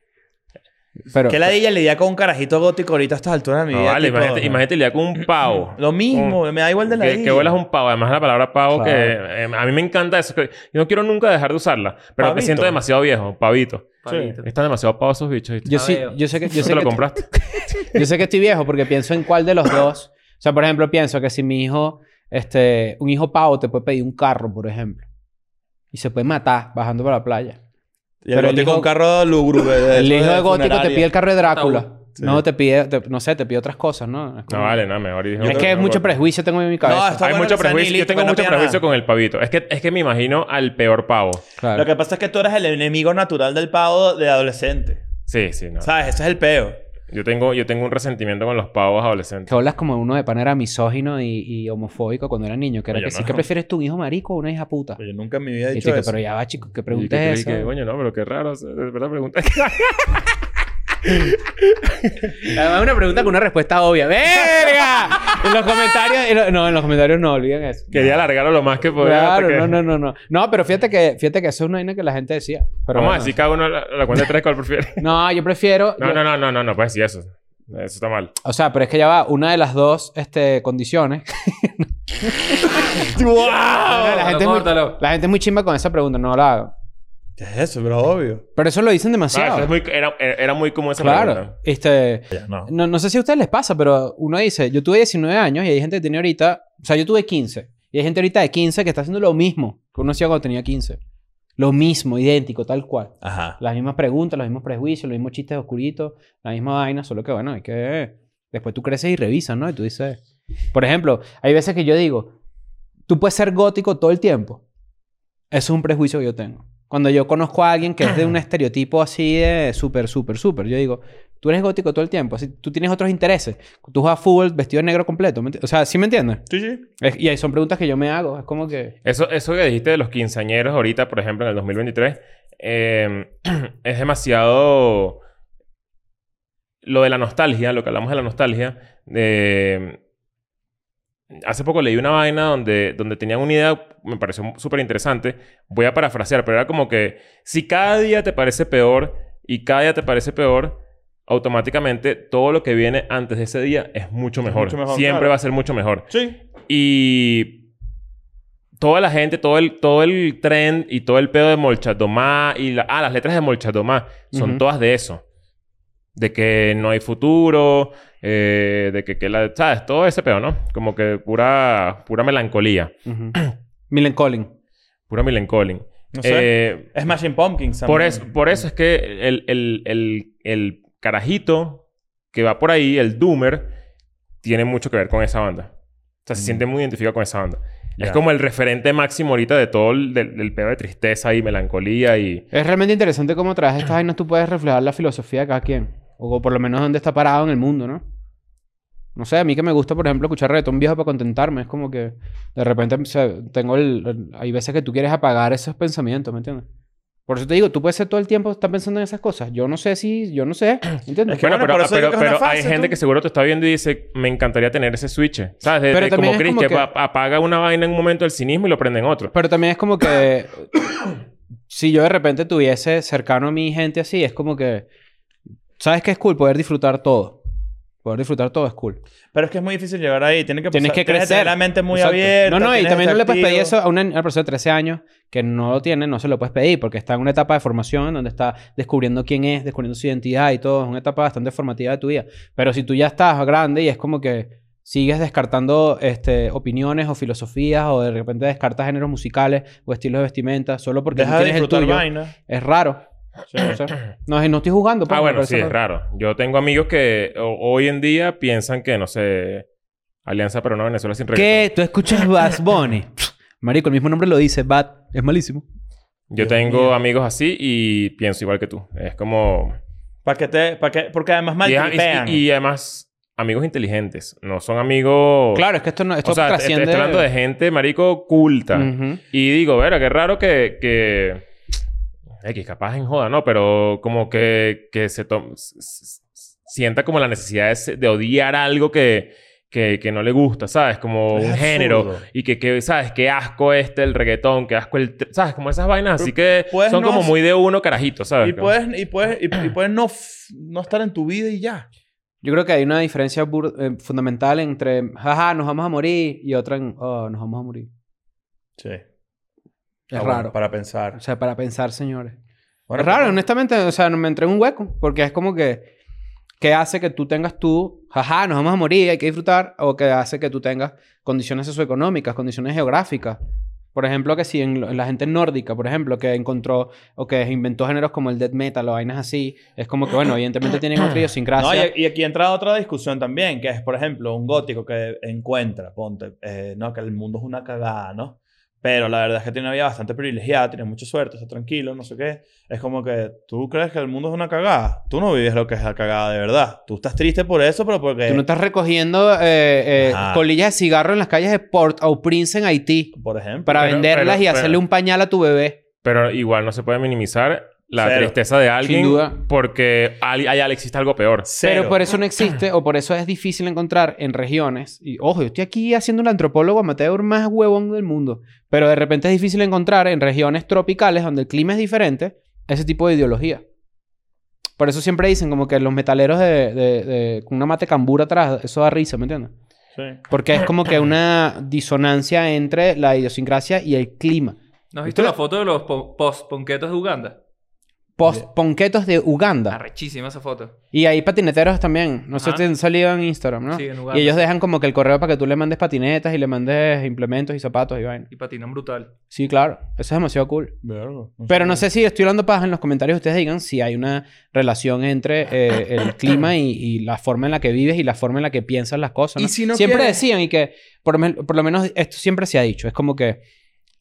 Pero, ¿Qué la ella lidia con un carajito gótico ahorita a estas alturas de mi No, vida? vale, tipo, imagínate, imagínate lidiar con un pavo. Lo mismo, Mm. me da igual de la Que, que idea. vuelas un pavo. Además, la palabra pavo Claro. que... eh, a mí me encanta eso. Que yo no quiero nunca dejar de usarla. Pero me Pavito. siento demasiado viejo. Pavito. Pavito. Están demasiado pavos esos bichos. ¿viste? yo, sí, veo. yo sé que, yo ¿No sé te lo que- compraste? Yo sé que estoy viejo porque pienso en cuál de los dos. O sea, por ejemplo, pienso que si mi hijo, este, un hijo pavo te puede pedir un carro, por ejemplo. Y se puede matar bajando para la playa. Y el Pero el gótico hijo- un carro lúgubre. de- El de- hijo de de gótico te funeraria. pide el carro de Drácula. Sí. No, te pide, te- no sé, te pide otras cosas, ¿no? Es, No, como- vale, no, mejor. hijo es gótico, que es hijo mucho gótico. prejuicio tengo en mi No, cabeza. está Hay bueno mucho que sea prejuicio. Yo nihilista, tengo que no mucho pida prejuicio nada. con el pavito. Es que, es que me imagino al peor pavo. Claro. Lo que pasa es que tú eres el enemigo natural del pavo de adolescente. Sí, sí, no. ¿Sabes? Ese es el peo. Yo tengo, yo tengo un resentimiento con los pavos adolescentes. Que hablas como uno de pan era misógino y, y homofóbico cuando era niño. Que era No, yo que sí, no. que prefieres tú, un hijo marico o una hija puta? Pues Yo nunca en mi vida he Y dicho tú que, eso. pero ya va, chico, que Y que tú preguntes dices, eso. coño, no, pero qué raro. o sea, De verdad pregunta. Además, una pregunta con una respuesta obvia. ¡Verga! En los comentarios. en lo- no, en los comentarios no, olviden eso. Quería alargarlo lo más que podía. hasta Claro, que- no, no, no, no. No, pero fíjate que, fíjate que eso es una vaina que la gente decía. Pero Vamos a bueno. decir cada uno a la, a la cuenta de tres cuál prefiere. No, yo prefiero. No, yo- no, no, no, no, no puedes decir eso. Eso está mal. O sea, pero es que ya va, una de las dos este, condiciones. ¡Wow! la, gente es muy, córtalo. la gente es muy chimba con esa pregunta, no la hago. ¿Qué es eso, bro? Obvio. Pero eso lo dicen Ah, demasiado. eso es muy, era, era era muy común esa claro. pregunta. Este, Ya, no. no, no sé si a ustedes les pasa, pero uno dice, yo tuve 19 años y hay gente que tiene ahorita, o sea, yo tuve 15. Y hay gente ahorita de 15 que está haciendo lo mismo que uno hacía cuando tenía 15. Lo mismo, idéntico, tal cual. Ajá. Las mismas preguntas, los mismos prejuicios, los mismos chistes oscuritos, la misma vaina, solo que bueno, hay que. Después tú creces y revisas, ¿no? Y tú dices. Por ejemplo, hay veces que yo digo, tú puedes ser gótico todo el tiempo. Eso es un prejuicio que yo tengo. Cuando yo conozco a alguien que es de un estereotipo así de súper, súper, súper, yo digo, tú eres gótico todo el tiempo, así, tú tienes otros intereses. Tú juegas fútbol vestido de negro completo. ¿me enti- O sea, ¿sí me entiendes? Sí, sí. Es- y ahí son preguntas que yo me hago. Es como que. Eso, eso que dijiste de los quinceañeros ahorita, por ejemplo, en el 2023, eh, es demasiado... Lo de la nostalgia, lo que hablamos de la nostalgia. eh, hace poco leí una vaina donde, donde tenían una idea, me pareció súper interesante. Voy a parafrasear, pero era como que si cada día te parece peor y cada día te parece peor, automáticamente todo lo que viene antes de ese día es mucho mejor. Mucho mejor, Siempre claro. va a ser mucho mejor. Sí. Y toda la gente, todo el, todo el trend y todo el pedo de Molchadomá y la- ah, las letras de Molchadomá son Ujú. todas de eso. De que no hay futuro, eh, de que, que la, ¿sabes? Todo ese pedo, ¿no? Como que pura, pura melancolía, ujú. Milen Collin. pura melancolía. No sé. Eh, Smashing Pumpkins. por, también. eso, por eso es que el, el- el- el carajito que va por ahí, el Doomer, tiene mucho que ver con esa banda. O sea, se Mm. siente muy identificado con esa banda. Ya. Es como el referente máximo ahorita de todo el del, del pedo de tristeza y melancolía y... Es realmente interesante cómo tras estas vainas tú puedes reflejar la filosofía de cada quien. O por lo menos dónde está parado en el mundo, ¿no? No sé, a mí que me gusta, por ejemplo, escuchar reggaetón viejo para contentarme. Es como que de repente o sea, tengo el, el- Hay veces que tú quieres apagar esos pensamientos, ¿me entiendes? Por eso te digo, tú puedes ser todo el tiempo estar pensando en esas cosas. Yo no sé si... Yo no sé. ¿me ¿Entiendes? Es que bueno, bueno, pero, por eso pero- digo que es una pero hay fase, gente tú. que seguro te está viendo y dice, me encantaría tener ese switch. ¿Sabes? De- Pero de- también como es Chris, como que, que- va- apaga una vaina en un momento del cinismo y lo prende en otro. Pero también es como que si yo de repente tuviese cercano a mi gente así, es como que sabes qué es cool poder disfrutar todo. Poder disfrutar todo es cool. Pero es que es muy difícil llegar ahí. Tienes que, Tienes pasar- que tener crecer. la mente muy Exacto. abierta. No, no, y tienes también que no le ser puedes pedir activo. eso a una, a una persona de 13 años que no lo tiene, no se lo puedes pedir porque está en una etapa de formación donde está descubriendo quién es, descubriendo su identidad y todo. Es una etapa bastante formativa de tu vida. Pero si tú ya estás grande y es como que sigues descartando este, opiniones o filosofías o de repente descartas géneros musicales o estilos de vestimenta solo porque no Deja de tienes el disfrutar tuyo. vaina. Es raro. Sí. O sea, no, no estoy jugando. pues, Ah, bueno, sí, es raro. Yo tengo amigos que o- hoy en día piensan que, no sé, Alianza para una Venezuela sin reggaetón. ¿Qué? ¿Tú escuchas Bad Bunny? Marico, el mismo nombre lo dice. Bad. Es malísimo. Yo Dios tengo mío. amigos así y pienso igual que tú. Es como... ¿Para que te, para que, porque además mal Y, y- y además, amigos inteligentes. No son amigos... Claro, es que esto no... Esto o sea, estoy- trasciende... estoy hablando de gente, marico, culta. Ujú. Y digo, verga, qué raro que... que... X, capaz en joda, ¿no? Pero como que, que se to- s- s- s- sienta como la necesidad de, se- de odiar algo que, que, que no le gusta, ¿sabes? Como Es un género. absurdo. Y que, que, ¿sabes? Qué asco este, el reggaetón, qué asco el... tr- ¿Sabes? Como esas vainas. Así que puedes son no como hac- muy de uno carajito, ¿sabes? Y Como- puedes, y puedes, y, y puedes no, f- no estar en tu vida y ya. Yo creo que hay una diferencia bur- eh, fundamental entre... Jaja, nos vamos a morir. Y otra en... Oh, nos vamos a morir. Sí. Es Ah, bueno, raro. para pensar. O sea, para pensar, señores. Bueno, es raro, pero- honestamente. O sea, no me entré en un hueco. Porque es como que... Que hace que tú tengas tú... Jaja, nos vamos a morir. Hay que disfrutar. O que hace que tú tengas condiciones socioeconómicas, condiciones geográficas. Por ejemplo, que si en lo- en la gente nórdica, por ejemplo, que encontró o que inventó géneros como el death metal o vainas así, es como que, bueno, evidentemente tienen otra No, idiosincrasia. y, y aquí entra otra discusión también, que es, por ejemplo, un gótico que encuentra, ponte, eh, no, que el mundo es una cagada, ¿no? Pero la verdad es que tiene una vida bastante privilegiada, tiene mucha suerte, está tranquilo, no sé qué. Es como que tú crees que el mundo es una cagada. Tú no vives lo que es la cagada de verdad. Tú estás triste por eso, pero porque... Tú no estás recogiendo eh, eh, Ajá. colillas de cigarro en las calles de Port-au-Prince en Haití Por ejemplo. para Pero- venderlas pero- y hacerle pero- un pañal a tu bebé. Pero igual no se puede minimizar la Cero. tristeza de alguien. duda. Porque hay, hay- existe algo peor. Cero. Pero por eso no existe o por eso es difícil encontrar en regiones. Y ojo, yo estoy aquí haciendo el antropólogo amateur más huevón del mundo. Pero de repente es difícil encontrar en regiones tropicales donde el clima es diferente ese tipo de ideología. Por eso siempre dicen como que los metaleros de, de- de- con una mate cambura atrás, eso da risa, ¿me entiendes? Sí. Porque es como que una disonancia entre la idiosincrasia y el clima. ¿No has visto Usted- la foto de los po- post-ponquetos de Uganda? Post-ponquetos de Uganda. Arrechísima esa foto. Y hay patineteros también. No sé Ajá. si han salido en Instagram, ¿no? Ah. Sí, en Uganda. y ellos dejan como que el correo para que tú le mandes patinetas y le mandes implementos y zapatos y vaina. Y patinan brutal. Sí, claro. Eso es demasiado cool. Pero no sé si estoy hablando paja en los comentarios. Ustedes digan si hay una relación entre eh, el clima y, y la forma en la que vives y la forma en la que piensas las cosas. ¿no? Y si no siempre quieres- decían y que, por, me- por lo menos esto siempre se ha dicho. Es como que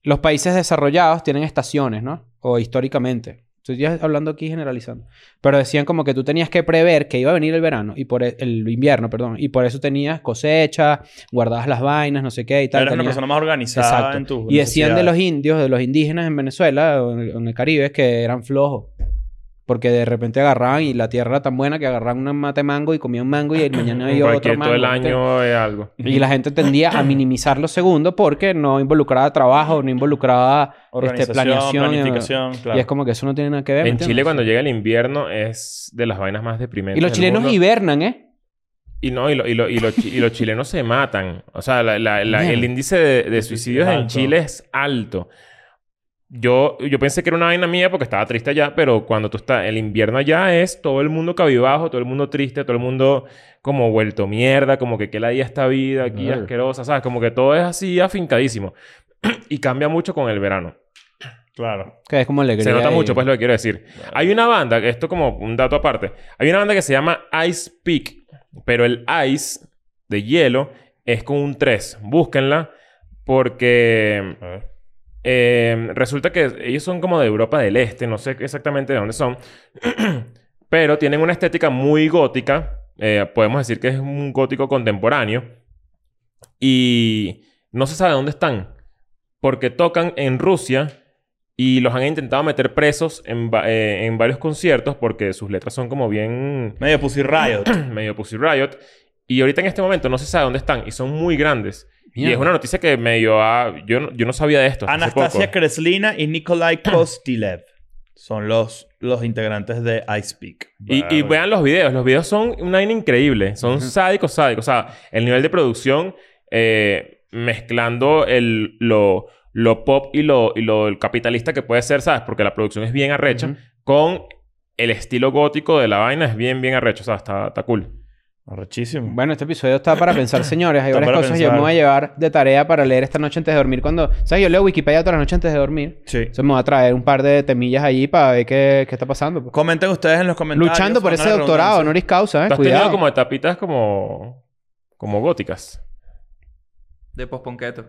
los países desarrollados tienen estaciones, ¿no? O históricamente. Estoy ya hablando aquí generalizando. Pero decían como que tú tenías que prever que iba a venir el verano y por e- el, invierno, perdón. Y por eso tenías cosechas, guardabas las vainas, no sé qué y tal. Eres una tenías- persona más organizada Exacto. en tu y decían de necesidades. los indios, de los indígenas en Venezuela o en el, en el Caribe, que eran flojos. Porque de repente agarraban y la tierra era tan buena que agarraban una mate mango y comían mango y el mañana había otro Cualquier mango. todo el ¿viste? año es algo. Y la gente tendía a minimizar los segundos porque no involucraba trabajo, no involucraba este, Organización, planeación. planificación, claro. Y es como que eso no tiene nada que ver. ¿me En entiendes? Chile, cuando llega el invierno, es de las vainas más deprimentes. Y los del chilenos mundo. hibernan, ¿eh? Y no, y, lo- y lo- y lo chi- y los chilenos se matan. O sea, la- la- la- Bien. el índice de, de suicidios Es en alto. Chile es alto. Yo, yo pensé que era una vaina mía porque estaba triste allá, pero cuando tú estás, el invierno allá es todo el mundo cabibajo, todo el mundo triste, todo el mundo como vuelto mierda, como que qué la día esta vida aquí Claro. asquerosa, ¿sabes? Como que todo es así afincadísimo. y cambia mucho con el verano. Claro. Que es como alegría. Se nota y- mucho, pues lo que quiero decir. Hay una banda, que esto como un dato aparte, hay una banda que se llama Ice Peak, pero el ice de hielo es con un 3. Búsquenla porque A ver. eh, resulta que ellos son como de Europa del Este, no sé exactamente de dónde son, pero tienen una estética muy gótica, eh, podemos decir que es un gótico contemporáneo, y no se sabe dónde están, porque tocan en Rusia y los han intentado meter presos en, va- eh, en varios conciertos porque sus letras son como bien Medio Pussy Riot. medio Pussy Riot. Y ahorita en este momento no se sabe dónde están y son muy grandes. Y es Mierda. una noticia que medio ah, yo, no- yo no sabía de esto. hasta hace Anastasia poco. Kreslina y Nikolai Kostilev son los, los integrantes de Ice Peak. Y, y vean los videos. Los videos son una vaina increíble. Son sádicos, sádicos. O sea, el nivel de producción eh, mezclando el, lo, lo pop y lo, y lo el capitalista que puede ser, ¿sabes? Porque la producción es bien arrecha. Ujú. Con el estilo gótico de la vaina es bien, bien arrecho. O sea, está, está cool. Arrechísimo. Bueno, este episodio está para pensar, señores. Hay Está varias para cosas yo pensar. me voy a llevar de tarea para leer esta noche antes de dormir. Cuando, ¿sabes? Yo leo Wikipedia todas las noches antes de dormir. sí. Entonces me voy a traer un par de temillas allí para ver qué, qué está pasando. pues. Comenten ustedes en los comentarios. Luchando por ese Van a doctorado, redundancia. honoris causa, ¿eh? Tú has tenido Cuidado. como etapitas como... Como góticas. De post-ponqueto.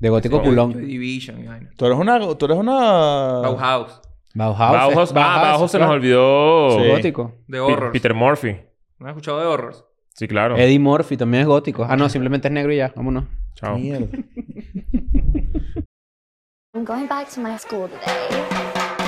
De gótico Como- Joy culón. Division y vaina. Tú eres una... Tú eres una... Bauhaus. Bauhaus. Bauhaus... es- ah, Bauhaus se nos claro. olvidó. Sí. Gótico. Pi- De horror. Peter Murphy. ¿No has escuchado de horror? Sí, claro. Eddie Murphy también es gótico. Ah, no, simplemente es negro y ya. Vámonos. Chao. Mierda. I'm going back to my school today.